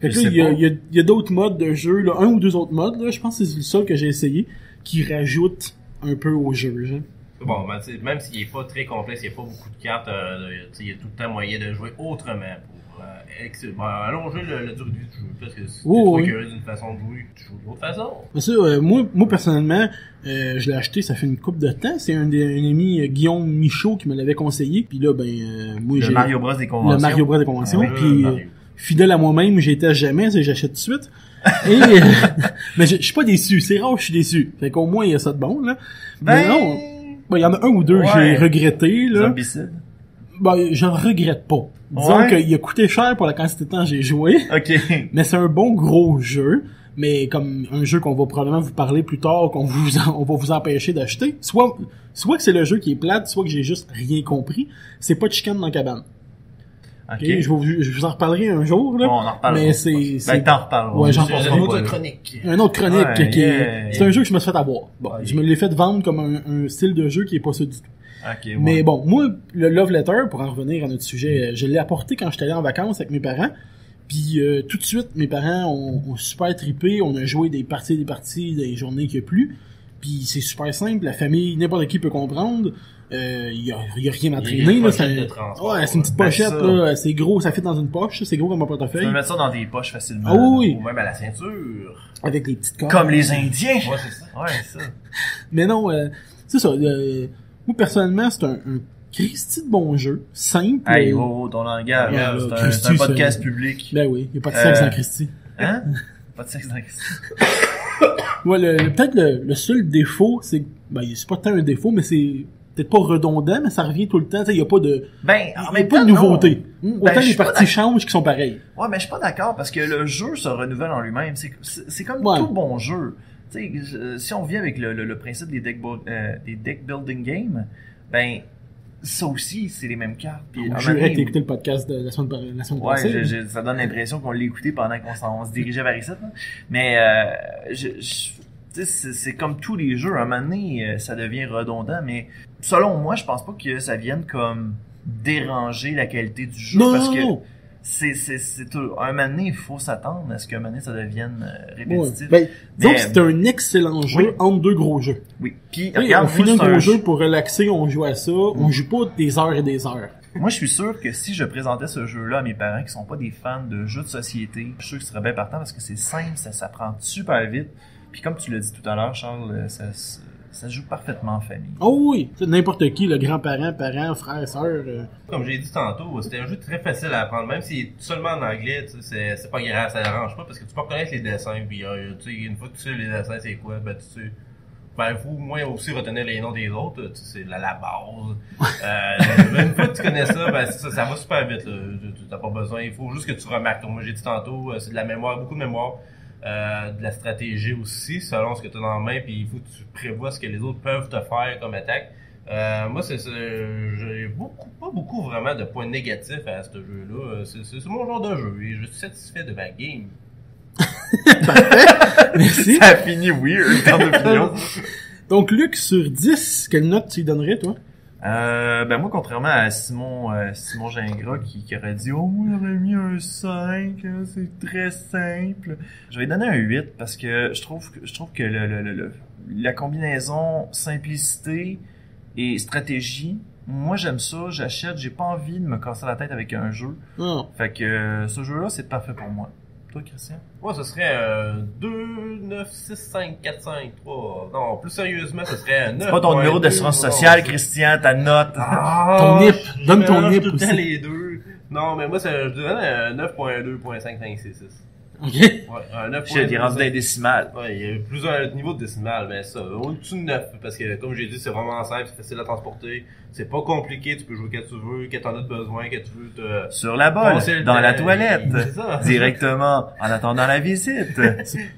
[SPEAKER 1] Fait que
[SPEAKER 2] Je
[SPEAKER 1] là,
[SPEAKER 2] sais
[SPEAKER 1] il y a,
[SPEAKER 2] pas.
[SPEAKER 1] il y a- il y a d'autres modes de jeu, là, un ou deux autres modes, là, je pense que c'est le seul que j'ai essayé, qui rajoute un peu au jeu. genre.
[SPEAKER 3] Bon, ben, tu sais, même s'il n'est pas très complexe, il n'y a pas beaucoup de cartes, euh, tu sais, il y a tout le temps moyen de jouer autrement pour euh, ex- ben, allonger le, la durée du jeu. Parce que si tu
[SPEAKER 1] Oui,
[SPEAKER 3] es trop
[SPEAKER 1] oui.
[SPEAKER 3] curieux d'une façon de jouer, tu joues d'une autre façon.
[SPEAKER 1] Mais ça, euh, moi, moi, personnellement, euh, je l'ai acheté, ça fait une coupe de temps. C'est un, des- un ami, euh, Guillaume Michaud, qui me l'avait conseillé. Puis là, ben, euh, moi, j'ai...
[SPEAKER 2] Le Mario Ah Bros des conventions.
[SPEAKER 1] le Mario Bros. des conventions.
[SPEAKER 2] Ouais,
[SPEAKER 1] puis, euh,
[SPEAKER 3] Mario.
[SPEAKER 1] fidèle à moi-même, j'étais jamais, c'est j'achète tout de suite. Et, euh, mais je je suis pas déçu, c'est rare, que je suis déçu. Fait qu'au moins, il y a ça de bon, là. Mais non,
[SPEAKER 2] non.
[SPEAKER 1] ben, il y en a un ou deux que j'ai
[SPEAKER 2] Ouais.
[SPEAKER 1] regretté, là.
[SPEAKER 2] Zombicide.
[SPEAKER 1] Ben, j'en regrette pas. Disons
[SPEAKER 2] Ouais.
[SPEAKER 1] qu'il a coûté cher pour la quantité de temps que j'ai joué,
[SPEAKER 2] OK.
[SPEAKER 1] mais c'est un bon gros jeu. Mais comme un jeu qu'on va probablement vous parler plus tard, qu'on vous en- on va vous empêcher d'acheter. Soit, soit que c'est le jeu qui est plate, soit que j'ai juste rien compris. C'est pas de chicane dans la cabane.
[SPEAKER 2] Ok.
[SPEAKER 1] Ok, Je, vous, je vous en reparlerai un jour,
[SPEAKER 2] Bon,
[SPEAKER 1] là.
[SPEAKER 2] on en reparle.
[SPEAKER 1] Mais c'est- c'est-
[SPEAKER 2] Ben, t'en reparles.
[SPEAKER 1] Ouais, j'en
[SPEAKER 3] C'est
[SPEAKER 1] pense
[SPEAKER 3] une
[SPEAKER 1] pas,
[SPEAKER 3] autre
[SPEAKER 1] là.
[SPEAKER 3] chronique.
[SPEAKER 1] Un autre chronique
[SPEAKER 2] Ouais,
[SPEAKER 1] qui est-
[SPEAKER 2] yeah.
[SPEAKER 1] C'est un jeu que je me suis fait avoir. Bon,
[SPEAKER 2] Ouais.
[SPEAKER 1] je me l'ai fait vendre comme un, un style de jeu qui est pas ça du tout.
[SPEAKER 2] Ok, ouais.
[SPEAKER 1] Mais bon, moi, le Love Letter, pour en revenir à notre sujet, euh, je l'ai apporté quand j'étais allé en vacances avec mes parents. Puis euh, tout de suite, mes parents ont, ont super trippé. On a joué des parties, des parties, des journées qu'il n'y a plus. Puis c'est super simple. La famille, n'importe qui peut comprendre. Euh, Il n'y a, il y a rien à
[SPEAKER 3] Il y a
[SPEAKER 1] traîner.
[SPEAKER 3] une
[SPEAKER 1] là,
[SPEAKER 3] pochette
[SPEAKER 1] c'est-
[SPEAKER 3] de transport,
[SPEAKER 1] ouais, c'est une petite
[SPEAKER 2] ouais.
[SPEAKER 1] pochette.
[SPEAKER 2] Ben, ça.
[SPEAKER 1] là, C'est gros, ça fit dans une poche. C'est gros comme un
[SPEAKER 2] Tu peux
[SPEAKER 1] portefeuille.
[SPEAKER 2] mettre ça dans des poches facilement.
[SPEAKER 1] Ah oui.
[SPEAKER 2] Ou même à la ceinture.
[SPEAKER 1] Avec des petites cordes.
[SPEAKER 2] Comme les Indiens.
[SPEAKER 3] Ouais, c'est ça.
[SPEAKER 2] Ouais, ça.
[SPEAKER 1] Mais non, euh, c'est ça. euh, moi, personnellement, c'est un, un Christy de bon jeu. Simple.
[SPEAKER 2] Hey, oh, oh, ton langage.
[SPEAKER 1] Ouais,
[SPEAKER 2] là,
[SPEAKER 1] là,
[SPEAKER 2] c'est un-
[SPEAKER 1] Christy,
[SPEAKER 2] c'est un, podcast
[SPEAKER 1] ça-
[SPEAKER 2] public.
[SPEAKER 1] Ben oui, il n'y a pas de sexe
[SPEAKER 2] Euh,
[SPEAKER 1] dans Christy.
[SPEAKER 2] Hein? Pas de sexe dans le-
[SPEAKER 1] Ouais, le, le- peut-être le, le seul défaut, c'est ben c'est pas tant un défaut, mais c'est peut-être pas redondant, mais ça revient tout le temps. Tu sais, Il n'y a pas de,
[SPEAKER 2] Ben,
[SPEAKER 1] il y
[SPEAKER 2] en
[SPEAKER 1] a
[SPEAKER 2] même
[SPEAKER 1] pas
[SPEAKER 2] temps,
[SPEAKER 1] de nouveauté.
[SPEAKER 2] non. Ben,
[SPEAKER 1] Autant
[SPEAKER 2] je
[SPEAKER 1] les
[SPEAKER 2] suis pas
[SPEAKER 1] parties changent qui sont pareilles.
[SPEAKER 2] Ouais, mais je suis pas d'accord parce que le jeu se renouvelle en lui-même. C'est- C'est c'est comme
[SPEAKER 1] Ouais.
[SPEAKER 2] tout bon jeu. Tu sais, euh, si on vient avec le, le- le principe des deck, bu- euh, des deck building games, ben ça aussi, c'est les mêmes cartes. Puis, à un
[SPEAKER 1] Je
[SPEAKER 2] moment
[SPEAKER 1] jurais
[SPEAKER 2] donné,
[SPEAKER 1] que t'as écouté le podcast de la semaine, par- la semaine
[SPEAKER 2] Ouais,
[SPEAKER 1] passée.
[SPEAKER 2] je- je- ça donne l'impression qu'on l'écoutait pendant qu'on s'en- on se dirigeait vers ici. là. Mais euh, je, je- tu sais, c'est c'est comme tous les jeux, à un moment donné, euh, ça devient redondant. Mais selon moi, je pense pas que ça vienne comme déranger la qualité du jeu.
[SPEAKER 1] non,
[SPEAKER 2] parce que
[SPEAKER 1] non,
[SPEAKER 2] c'est c'est c'est tout. un moment donné, il faut s'attendre à ce qu'un moment donné, ça devienne euh,
[SPEAKER 1] non. Ouais.
[SPEAKER 2] répétitif.
[SPEAKER 1] Ben, disons
[SPEAKER 2] Mais-
[SPEAKER 1] que c'était un excellent jeu
[SPEAKER 2] Oui.
[SPEAKER 1] entre deux gros jeux.
[SPEAKER 2] oui. Puis
[SPEAKER 1] Oui,
[SPEAKER 2] regarde,
[SPEAKER 1] on finit un
[SPEAKER 2] moi, c'est
[SPEAKER 1] gros
[SPEAKER 2] un- Hmm.
[SPEAKER 1] jeu pour relaxer, on joue à ça. On joue pas des heures et des heures.
[SPEAKER 2] moi, je suis sûr que si je présentais ce jeu-là à mes parents qui sont pas des fans de jeux de société, je suis sûr que ce serait bien partant parce que c'est simple, ça s'apprend super vite. Puis comme tu l'as dit tout à l'heure, Charles, euh, ça, se- ça se joue parfaitement en famille.
[SPEAKER 1] Oh oui, tu sais, n'importe qui, le grand-parent, parent, frère, sœur. euh,
[SPEAKER 3] Comme j'ai dit tantôt, c'était un jeu très facile à apprendre, même si c'est seulement en anglais, tu sais, c'est- c'est pas grave, ça dérange pas parce que tu peux reconnaître les dessins, puis euh, tu sais, une fois que tu sais les dessins c'est quoi, ben tu sais. Ben faut au moins aussi retenir les noms des autres, tu sais, c'est la, la base. Euh, ben, une fois que tu connais ça, ben c'est ça, ça va super vite, là. Tu- tu- T'as pas besoin, il faut juste que tu remarques. Comme j'ai dit tantôt, euh, c'est de la mémoire, beaucoup de mémoire. Euh, de la stratégie aussi, selon ce que tu as dans la main, puis il faut que tu prévois ce que les autres peuvent te faire comme attaque. Euh, moi, c'est, c'est- j'ai beaucoup, pas beaucoup vraiment de points négatifs à ce jeu-là. Euh, C'est, c'est- c'est mon genre de jeu et je suis satisfait de ma game.
[SPEAKER 1] Merci.
[SPEAKER 2] Ça finit weird, tant d'opinion.
[SPEAKER 1] Donc, Luc, sur 10, quelle note tu lui donnerais, toi?
[SPEAKER 2] Euh, ben moi, contrairement à Simon, euh, Simon Gingras qui, qui aurait dit « Oh, moi, j'aurais mis un 5, hein, c'est très simple. » Je vais donner un 8 parce que je trouve, que- je trouve que le, le- le- le- la combinaison simplicité et stratégie, moi, j'aime ça, j'achète, j'ai pas envie de me casser la tête avec un jeu.
[SPEAKER 1] Non.
[SPEAKER 2] Fait que euh, ce jeu-là, c'est parfait pour moi. Toi, Christian?
[SPEAKER 3] Moi, ce serait euh, 2, 9, 6, 5, 4, 5, 3. Non, plus sérieusement, ce serait 9.
[SPEAKER 2] C'est pas ton numéro d'assurance sociale, Christian, ta note.
[SPEAKER 3] Ah.
[SPEAKER 1] Ton
[SPEAKER 3] nip,
[SPEAKER 1] nip. Donne ton nip
[SPEAKER 3] tout le temps
[SPEAKER 1] aussi.
[SPEAKER 3] les deux. Non, mais moi, ça, je dirais euh, 9.2.5566.
[SPEAKER 1] OK.
[SPEAKER 3] Ouais, un 9.
[SPEAKER 2] Je t'ai rendu dans les décimales.
[SPEAKER 3] Ouais, il y a plusieurs niveaux de décimales, mais ça, au-dessus de 9, parce que comme j'ai dit, c'est vraiment simple, c'est facile à transporter, c'est pas compliqué, tu peux jouer quand tu veux, quand t'en as besoin, quand tu veux te...
[SPEAKER 2] Sur la bolle,
[SPEAKER 3] passer le
[SPEAKER 2] Ah, dans la
[SPEAKER 3] temps,
[SPEAKER 2] toilette.
[SPEAKER 3] et- C'est ça.
[SPEAKER 2] directement en attendant la visite.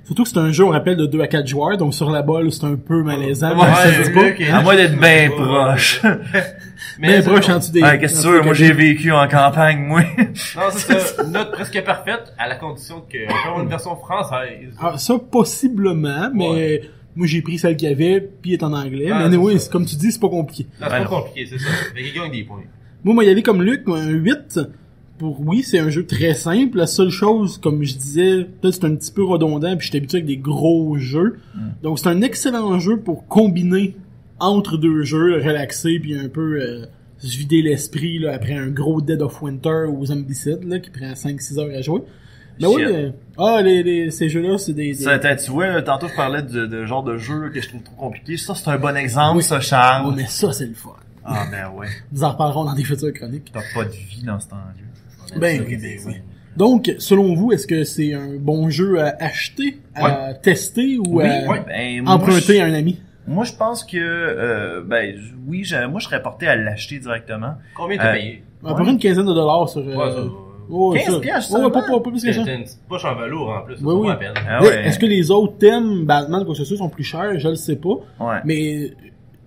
[SPEAKER 1] Surtout que c'est un jeu, on rappelle, de 2 à 4 joueurs, donc sur la balle, c'est un peu malaisant.
[SPEAKER 2] Ouais,
[SPEAKER 1] mais ça se
[SPEAKER 2] c'est
[SPEAKER 1] dit pas.
[SPEAKER 3] Luc,
[SPEAKER 2] À moins d'être bien
[SPEAKER 3] Ouais.
[SPEAKER 2] proche.
[SPEAKER 3] Mais,
[SPEAKER 1] Mais
[SPEAKER 3] c'est
[SPEAKER 1] proche
[SPEAKER 3] ça.
[SPEAKER 1] en dessous des...
[SPEAKER 2] Ouais, Qu'est-ce que tu veux? Moi, j'ai vécu en campagne, moi.
[SPEAKER 3] Non, c'est ça, note presque parfaite, à la condition que, comme une version française.
[SPEAKER 1] Ah, ça, possiblement, mais moi, j'ai pris celle qu'il y avait, puis elle est en anglais.
[SPEAKER 3] Ah,
[SPEAKER 1] mais
[SPEAKER 3] c'est
[SPEAKER 1] anyway,
[SPEAKER 3] ça.
[SPEAKER 1] c'est- comme tu dis, c'est pas compliqué.
[SPEAKER 3] Non, c'est
[SPEAKER 2] Ouais,
[SPEAKER 3] pas
[SPEAKER 2] Ah, non.
[SPEAKER 3] compliqué, c'est ça. Mais quelqu'un gagne des points.
[SPEAKER 1] Moi, moi, y aller comme Luc, un 8. Pour oui, c'est un jeu très simple. La seule chose, comme je disais, peut-être c'est un petit peu redondant, puis je suis habitué avec des gros jeux.
[SPEAKER 2] Mm.
[SPEAKER 1] Donc, c'est un excellent jeu pour combiner entre deux jeux, relaxer, puis un peu euh, se vider l'esprit là, après un gros Dead of Winter ou Zombicide là, qui prend 5-6 heures à jouer. Mais oui,
[SPEAKER 2] Shit.
[SPEAKER 1] euh, ah, les, les- ces jeux-là, c'est des... des-
[SPEAKER 2] Ça, t'as- tu vois, là, tantôt, je parlais de, de genre de jeu là, que je trouve trop compliqué. Ça, c'est un bon exemple,
[SPEAKER 1] Oui.
[SPEAKER 2] ça,
[SPEAKER 1] Ouais,
[SPEAKER 2] Charles.
[SPEAKER 1] Oh, mais ça, c'est le fun.
[SPEAKER 2] Ah, ben ouais.
[SPEAKER 1] Nous en reparlerons dans des futures chroniques.
[SPEAKER 2] T'as pas de vie dans ce temps-là.
[SPEAKER 1] Ben, oui, ben oui. Donc, selon vous, est-ce que c'est un bon jeu à acheter, à tester ou à
[SPEAKER 2] Ben, moi,
[SPEAKER 1] emprunter
[SPEAKER 2] je-
[SPEAKER 1] à un ami?
[SPEAKER 2] Moi, je pense que, euh, ben, j- oui, je- moi, je serais porté à l'acheter directement.
[SPEAKER 3] Combien t'as
[SPEAKER 2] Euh,
[SPEAKER 3] payé?
[SPEAKER 1] À peu près une quinzaine de dollars sur... euh,
[SPEAKER 3] Ouais, ça,
[SPEAKER 1] ouais,
[SPEAKER 2] 15
[SPEAKER 1] ça. Oh,
[SPEAKER 2] piastres
[SPEAKER 1] Ouais,
[SPEAKER 2] seulement?
[SPEAKER 1] pas, pas- pas plus que ça.
[SPEAKER 2] Euh,
[SPEAKER 3] C'était une petite poche en velours, en plus, ça
[SPEAKER 1] Oui,
[SPEAKER 3] vaut
[SPEAKER 1] oui.
[SPEAKER 3] la peine.
[SPEAKER 2] Ah
[SPEAKER 1] Mais
[SPEAKER 2] ouais.
[SPEAKER 1] Est-ce que les autres thèmes, Batman, quoi que ce soit, sont plus chers? Je le sais pas.
[SPEAKER 2] Ouais.
[SPEAKER 1] Mais...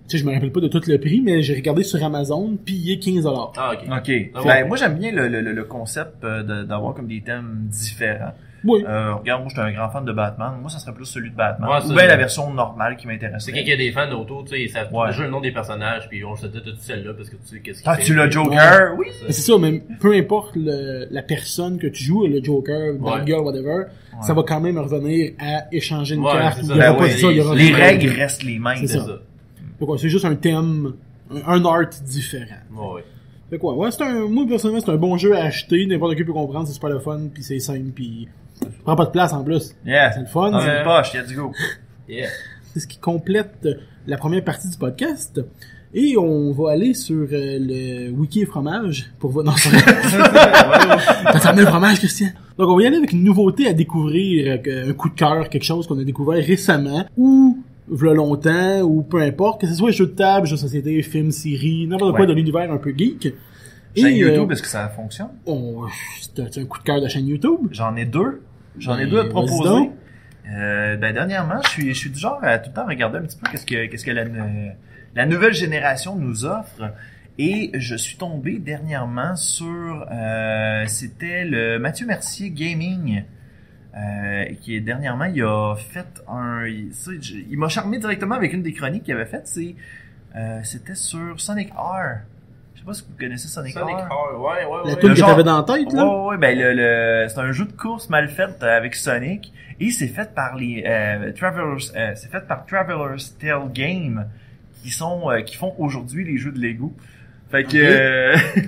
[SPEAKER 1] tu sais, je me rappelle pas de tout le prix, mais j'ai regardé sur Amazon, puis il est 15
[SPEAKER 3] Ah, ok.
[SPEAKER 2] OK.
[SPEAKER 3] Ah
[SPEAKER 2] Ben,
[SPEAKER 3] ouais.
[SPEAKER 2] moi, j'aime bien le, le- le- le concept euh, de- d'avoir comme des thèmes différents.
[SPEAKER 1] Oui.
[SPEAKER 2] Euh, regarde, moi, j'étais un grand fan de Batman. Moi, ça serait plus celui de Batman.
[SPEAKER 3] Ouais, ça,
[SPEAKER 2] Ou bien la
[SPEAKER 3] c'est-
[SPEAKER 2] version normale qui m'intéresse.
[SPEAKER 3] C'est quelqu'un qui a des fans d'auto, tu sais, ils savent
[SPEAKER 2] Ouais.
[SPEAKER 3] déjà le nom des personnages, puis on se dit tout celle-là parce que tu sais qu'est-ce qu'il
[SPEAKER 2] Ah,
[SPEAKER 3] fait.
[SPEAKER 2] tu l'as Joker? Oui.
[SPEAKER 1] Mais C'est ça, mais peu importe le- la personne que tu joues, le Joker, Batgirl, whatever, ça va quand même revenir à échanger une
[SPEAKER 3] Ouais,
[SPEAKER 1] carte.
[SPEAKER 3] c'est
[SPEAKER 1] Il
[SPEAKER 3] ça.
[SPEAKER 1] y aura
[SPEAKER 2] Ben
[SPEAKER 1] pas
[SPEAKER 2] oui,
[SPEAKER 1] de ça, il y aura
[SPEAKER 2] Les
[SPEAKER 1] du-
[SPEAKER 2] règles restent les mêmes.
[SPEAKER 1] C'est
[SPEAKER 3] C'est
[SPEAKER 1] ça.
[SPEAKER 3] ça.
[SPEAKER 1] Fait quoi, C'est juste un thème, un, un art différent.
[SPEAKER 3] Ouais, ouais.
[SPEAKER 1] Fait quoi, ouais, c'est un, moi personnellement, c'est un bon jeu à acheter, n'importe qui peut comprendre, c'est super le fun, puis c'est simple, puis ça prend pas de place en plus.
[SPEAKER 2] Yeah.
[SPEAKER 1] C'est le fun.
[SPEAKER 2] Dans
[SPEAKER 3] Ouais.
[SPEAKER 2] une poche, yeah, du go.
[SPEAKER 3] Yeah.
[SPEAKER 1] C'est ce qui complète la première partie du podcast. Et on va aller sur euh, le wiki fromage pour voir. Non, c'est vrai. T'as terminé le fromage, Christian. Donc on va y aller avec une nouveauté à découvrir, euh, un coup de cœur, quelque chose qu'on a découvert récemment ou v'là longtemps ou peu importe, que ce soit jeu de table, jeu de société, film, série, n'importe quoi
[SPEAKER 2] Ouais.
[SPEAKER 1] de l'univers un peu geek.
[SPEAKER 2] J'ai
[SPEAKER 1] euh,
[SPEAKER 2] YouTube, est-ce que ça fonctionne?
[SPEAKER 1] on, c'est un coup de cœur de chaîne YouTube.
[SPEAKER 2] J'en ai deux. J'en ai
[SPEAKER 1] Ben,
[SPEAKER 2] deux à te
[SPEAKER 1] vas-y
[SPEAKER 2] proposer.
[SPEAKER 1] donc.
[SPEAKER 2] Euh, ben, dernièrement, je suis, je suis du genre à tout le temps regarder un petit peu qu'est-ce que, qu'est-ce que la, euh, la nouvelle génération nous offre. Et je suis tombé dernièrement sur, euh, c'était le Mathieu Mercier Gaming. Euh, qui est dernièrement, il a fait un, il, tu sais, je- il m'a charmé directement avec une des chroniques qu'il avait faites, c'est, euh, c'était sur Sonic R. Je sais pas si vous connaissez Sonic,
[SPEAKER 3] Sonic
[SPEAKER 2] R.
[SPEAKER 3] Hard, ouais, ouais,
[SPEAKER 1] La
[SPEAKER 3] ouais.
[SPEAKER 1] tune
[SPEAKER 2] le
[SPEAKER 1] que
[SPEAKER 2] genre-
[SPEAKER 1] t'avais dans la tête,
[SPEAKER 2] Ouais,
[SPEAKER 1] là.
[SPEAKER 2] ouais, ouais, ben le, le- c'est un jeu de course mal fait euh, avec Sonic et c'est fait par les euh, Travelers, euh, c'est fait par Travelers Tale Game qui sont euh, qui font aujourd'hui les jeux de Lego. Fait que
[SPEAKER 1] Ok.
[SPEAKER 2] euh,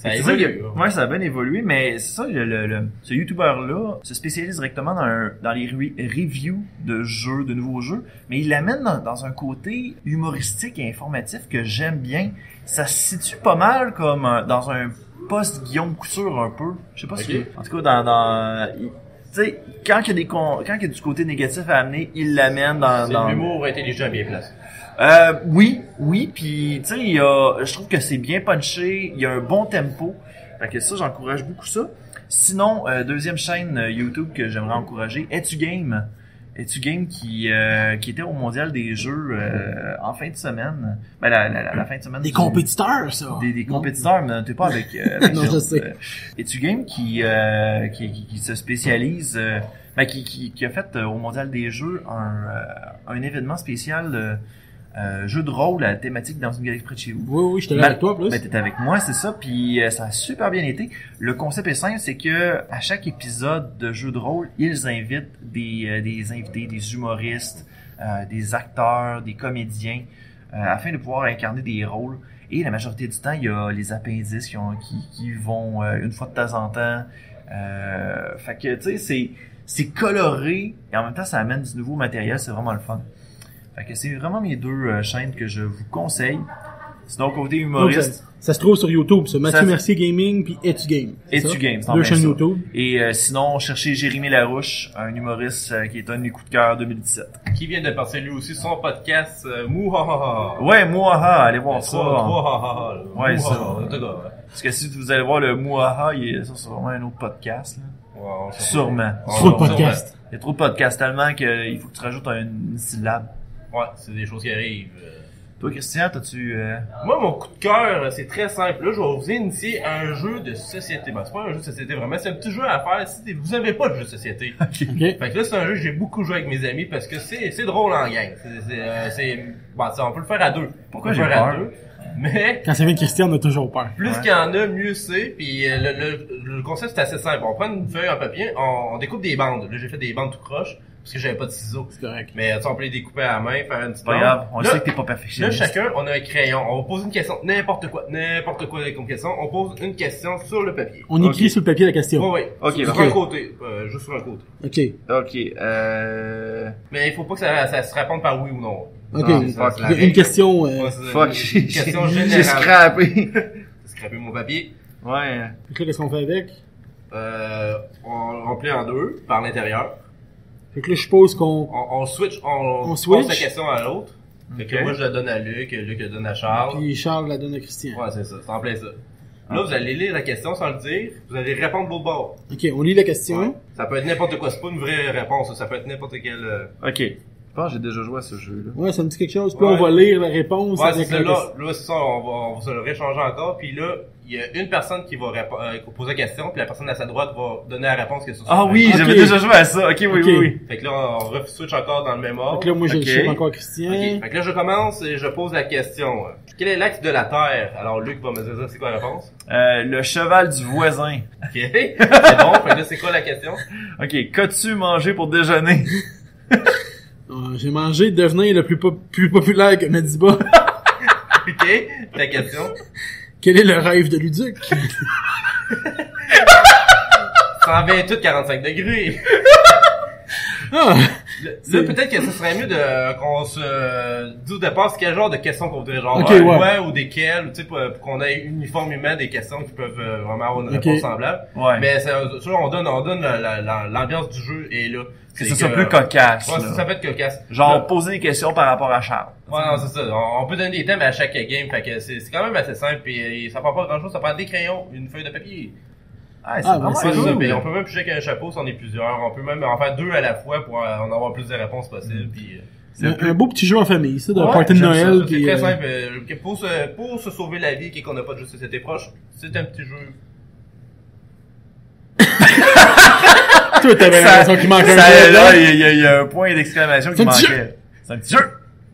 [SPEAKER 3] Ça
[SPEAKER 2] c'est ça
[SPEAKER 3] évolue,
[SPEAKER 2] que-
[SPEAKER 3] là.
[SPEAKER 2] ouais, ça a bien évolué, mais c'est ça le, le- le- ce youtubeur là se spécialise directement dans un- dans les re- reviews de jeux, de nouveaux jeux, mais il l'amène dans, dans un côté humoristique et informatif que j'aime bien. Ça se situe pas mal comme euh, dans un post Guillaume Couture un peu. Je sais pas si
[SPEAKER 3] Ok.
[SPEAKER 2] en tout cas dans, dans il- tu sais quand il y a des con- quand il y a du côté négatif à amener, il l'amène dans,
[SPEAKER 3] C'est
[SPEAKER 2] dans-
[SPEAKER 3] de l'humour intelligent bien placé.
[SPEAKER 2] euh, oui, oui, puis tu sais, il y a- je trouve que c'est bien punché, il y a un bon tempo. Fait que ça, j'encourage beaucoup ça. Sinon, euh, deuxième chaîne euh, YouTube que j'aimerais encourager, Etu Game. Etu Game qui, euh, qui était au mondial des jeux euh, en fin de semaine. Ben, la, la, la, la fin de semaine.
[SPEAKER 1] Des
[SPEAKER 2] du-
[SPEAKER 1] compétiteurs, ça.
[SPEAKER 2] des, des
[SPEAKER 1] Non?
[SPEAKER 2] compétiteurs, mais t'es pas avec. euh, avec
[SPEAKER 1] Non,
[SPEAKER 2] Jérôme.
[SPEAKER 1] je sais.
[SPEAKER 2] Euh, Et tu game qui, euh, qui, qui, qui se spécialise, euh, ben, qui, qui, qui a fait euh, au Mondial des Jeux un, euh, un événement spécial euh, euh, jeu de rôle à thématique dans une galerie près de chez vous.
[SPEAKER 1] Oui, oui, j'étais là
[SPEAKER 2] Ma-
[SPEAKER 1] avec toi, en plus.
[SPEAKER 2] Ben, t'es avec moi, c'est ça, puis euh, ça a super bien été. Le concept est simple, c'est que à chaque épisode de jeu de rôle, ils invitent des, euh, des invités, des humoristes, euh, des acteurs, des comédiens, euh, afin de pouvoir incarner des rôles. Et la majorité du temps, il y a les appendices qui, ont, qui, qui vont euh, une fois de temps en temps. Euh, fait que, tu sais, c'est, c'est coloré et en même temps, ça amène du nouveau matériel. C'est vraiment le fun. Fait que c'est vraiment mes deux euh, chaînes que je vous conseille. Sinon, côté
[SPEAKER 1] Donc,
[SPEAKER 2] humoriste,
[SPEAKER 1] ça, ça se trouve sur YouTube, ça. Mathieu
[SPEAKER 2] Ça-
[SPEAKER 1] Mercier Gaming puis Etu Game. c'est
[SPEAKER 2] Etu
[SPEAKER 1] ça?
[SPEAKER 2] Game, c'est en
[SPEAKER 1] Deux
[SPEAKER 2] plein
[SPEAKER 1] chaînes
[SPEAKER 2] ça.
[SPEAKER 1] YouTube.
[SPEAKER 2] Et euh, sinon, cherchez Jérémy Larouche, un humoriste euh, qui est un de mes coups de cœur 2017.
[SPEAKER 3] Qui vient de passer lui aussi son podcast, euh, Mouhaha.
[SPEAKER 2] Ouais, Mouaha, allez voir ça. Ouais,
[SPEAKER 3] Ouais,
[SPEAKER 2] ça.
[SPEAKER 3] En tout cas, ouais.
[SPEAKER 2] Parce que si vous allez voir le Mouaha, il est- ça c'est vraiment un autre podcast. là.
[SPEAKER 3] Ouais, on sait pas.
[SPEAKER 2] Sûrement.
[SPEAKER 3] Ouais,
[SPEAKER 1] Trop de
[SPEAKER 3] on sait pas.
[SPEAKER 1] podcasts.
[SPEAKER 2] Il y a trop de podcasts tellement qu'il faut que tu rajoutes une syllabe.
[SPEAKER 3] Ouais, c'est des choses qui arrivent. euh.
[SPEAKER 2] Toi, Christian, t'as-tu... euh,
[SPEAKER 3] Moi, mon coup de cœur, c'est très simple. Là, je vais vous initier à un jeu de société. Ben, c'est pas un jeu de société vraiment, c'est un petit jeu à faire si vous avez pas de jeu de société.
[SPEAKER 1] OK.
[SPEAKER 3] Fait que là, c'est un jeu que j'ai beaucoup joué avec mes amis parce que c'est c'est drôle en gang. C'est- c'est, euh, c'est- bon, ça, on peut le faire à deux.
[SPEAKER 2] Pourquoi
[SPEAKER 3] On peut
[SPEAKER 2] j'ai
[SPEAKER 3] le faire à
[SPEAKER 2] peur?
[SPEAKER 3] deux. Mais
[SPEAKER 1] Quand ça vient de Christian, on a toujours peur.
[SPEAKER 3] plus
[SPEAKER 2] Ouais.
[SPEAKER 3] qu'il y en a, mieux c'est. Puis euh, le, le- le concept, c'est assez simple. On prend une feuille en papier, on, on découpe des bandes. Là, j'ai fait des bandes tout croche parce que j'avais pas de ciseaux.
[SPEAKER 1] C'est correct.
[SPEAKER 3] Mais tu sais, on peut les découper à la main, faire une petite
[SPEAKER 2] C'est pas
[SPEAKER 3] bande.
[SPEAKER 2] grave, on
[SPEAKER 3] Là,
[SPEAKER 2] sait que t'es pas
[SPEAKER 3] Là,
[SPEAKER 2] perfectionniste.
[SPEAKER 3] chacun, on a un crayon. On pose une question, n'importe quoi, n'importe quoi comme question. On pose une question sur le papier.
[SPEAKER 1] On écrit
[SPEAKER 2] Ok.
[SPEAKER 1] sur le papier la question.
[SPEAKER 3] Oui, oui.
[SPEAKER 2] Ok,
[SPEAKER 3] sur
[SPEAKER 1] parfait.
[SPEAKER 3] un côté. Euh, juste sur un côté.
[SPEAKER 1] OK.
[SPEAKER 2] Ok, euh...
[SPEAKER 3] Mais il faut pas que ça, ça se réponde par oui ou non.
[SPEAKER 1] OK.
[SPEAKER 3] Non, c'est ça,
[SPEAKER 1] Il
[SPEAKER 3] c'est Ah, la
[SPEAKER 1] y a une
[SPEAKER 3] règle.
[SPEAKER 1] question... euh,
[SPEAKER 3] Ouais, c'est ça,
[SPEAKER 2] Fuck,
[SPEAKER 3] une-
[SPEAKER 2] j'ai
[SPEAKER 3] une question
[SPEAKER 2] j'ai
[SPEAKER 3] générale.
[SPEAKER 2] scrappé.
[SPEAKER 3] J'ai scrapé mon papier.
[SPEAKER 2] ouais.
[SPEAKER 1] fait que là, qu'est-ce qu'on fait avec?
[SPEAKER 3] Euh, on le remplit en deux par l'intérieur.
[SPEAKER 1] Fait que là, je suppose qu'on...
[SPEAKER 3] On, on switch, on,
[SPEAKER 1] On switch.
[SPEAKER 3] passe la question à l'autre. Fait que
[SPEAKER 2] Ok.
[SPEAKER 3] moi je la donne à Luc, Luc la donne à Charles.
[SPEAKER 1] Puis Ah. Charles la donne à Christian.
[SPEAKER 3] Ah. Ouais, c'est ça, c'est en plein ça. Là, vous allez lire la question sans le dire, vous allez répondre de l'autre bord.
[SPEAKER 1] OK, on lit la question.
[SPEAKER 3] Ça peut être n'importe quoi, c'est pas une vraie réponse, ça peut être n'importe quelle. euh,
[SPEAKER 2] Ok. pense que j'ai déjà joué à ce jeu-là.
[SPEAKER 1] Ouais, ça me dit quelque chose. Puis
[SPEAKER 3] Ouais.
[SPEAKER 1] on va lire la réponse
[SPEAKER 3] Ouais, c'est
[SPEAKER 1] avec
[SPEAKER 3] ça,
[SPEAKER 1] la
[SPEAKER 3] là, là, c'est ça, on va, on va se le réchanger encore. Puis là, il y a une personne qui va répo- euh, poser la question, puis la personne à sa droite va donner la réponse que ce soit.
[SPEAKER 2] Ah oui,
[SPEAKER 1] Ok.
[SPEAKER 2] j'avais déjà joué à ça. Ok, oui,
[SPEAKER 1] Ok.
[SPEAKER 2] oui, oui.
[SPEAKER 3] Fait que là, on re-switch encore dans le même ordre.
[SPEAKER 1] Donc là, moi, j'ai
[SPEAKER 2] Ok.
[SPEAKER 1] le chiffre encore Christian.
[SPEAKER 3] Ok, Fait que là, je commence et je pose la question. euh. Quel est l'axe de la Terre? Alors, Luc va me dire ça, c'est quoi la réponse?
[SPEAKER 2] Euh, le cheval du voisin.
[SPEAKER 3] Ok, c'est bon. Fait que là, c'est quoi la question?
[SPEAKER 2] Ok, qu'as-tu mangé pour déjeuner?
[SPEAKER 1] Euh, j'ai mangé devenir le plus, pop- plus populaire que Madiba.
[SPEAKER 3] Ok, ta question.
[SPEAKER 1] Quel est le rêve de Luduc?
[SPEAKER 3] 128, 45 degrés.
[SPEAKER 1] Ah!
[SPEAKER 3] Là,
[SPEAKER 1] C'est-
[SPEAKER 3] peut-être que ce serait mieux de, euh, qu'on se euh, dise au départ c'est quel genre de questions qu'on voudrait, genre,
[SPEAKER 1] Ok,
[SPEAKER 3] euh,
[SPEAKER 1] ouais.
[SPEAKER 3] ouais, ou desquelles, tu sais, pour, pour qu'on ait uniformément des questions qui peuvent euh, vraiment avoir une
[SPEAKER 1] Ok.
[SPEAKER 3] réponse semblable.
[SPEAKER 2] Ouais.
[SPEAKER 3] Mais ça, ça, on donne, on donne la- la- la- l'ambiance du jeu est là.
[SPEAKER 2] que
[SPEAKER 3] C'est
[SPEAKER 2] ce soit plus cocasse.
[SPEAKER 3] Ouais,
[SPEAKER 2] là.
[SPEAKER 3] ça peut être cocasse.
[SPEAKER 2] Genre, poser des questions par rapport à Charles.
[SPEAKER 3] Ouais, non, c'est ça. On, on peut donner des thèmes à chaque game, fait que c'est c'est quand même assez simple, puis euh, ça prend pas grand chose, ça prend des crayons, une feuille de papier.
[SPEAKER 2] Ah, c'est
[SPEAKER 1] Ah,
[SPEAKER 2] vraiment
[SPEAKER 1] ben,
[SPEAKER 3] Ouais,
[SPEAKER 1] c'est
[SPEAKER 3] c'est ça,
[SPEAKER 1] cool.
[SPEAKER 3] puis on peut même piger avec un chapeau si on est plusieurs, on peut même en faire deux à la fois pour euh, en avoir plus de réponses possibles, puis... euh,
[SPEAKER 2] C'est
[SPEAKER 1] Un, un beau petit jeu en famille, ça, de
[SPEAKER 2] Ouais,
[SPEAKER 1] party de
[SPEAKER 2] j'aime
[SPEAKER 1] Noël.
[SPEAKER 3] ça, c'est
[SPEAKER 1] puis,
[SPEAKER 3] très
[SPEAKER 1] euh,
[SPEAKER 3] simple, euh, que pour se, pour se sauver la vie et qu'on n'a pas de jeu de société proche, c'est un petit jeu.
[SPEAKER 1] Toi, t'avais
[SPEAKER 2] Ça-
[SPEAKER 1] l'impression qu'il manquait
[SPEAKER 2] ça,
[SPEAKER 1] un jeu,
[SPEAKER 2] là,
[SPEAKER 1] là.
[SPEAKER 2] il y a- il y, a- il y a un point d'exclamation qui
[SPEAKER 1] C'est un petit
[SPEAKER 2] manquait. C'est un petit jeu.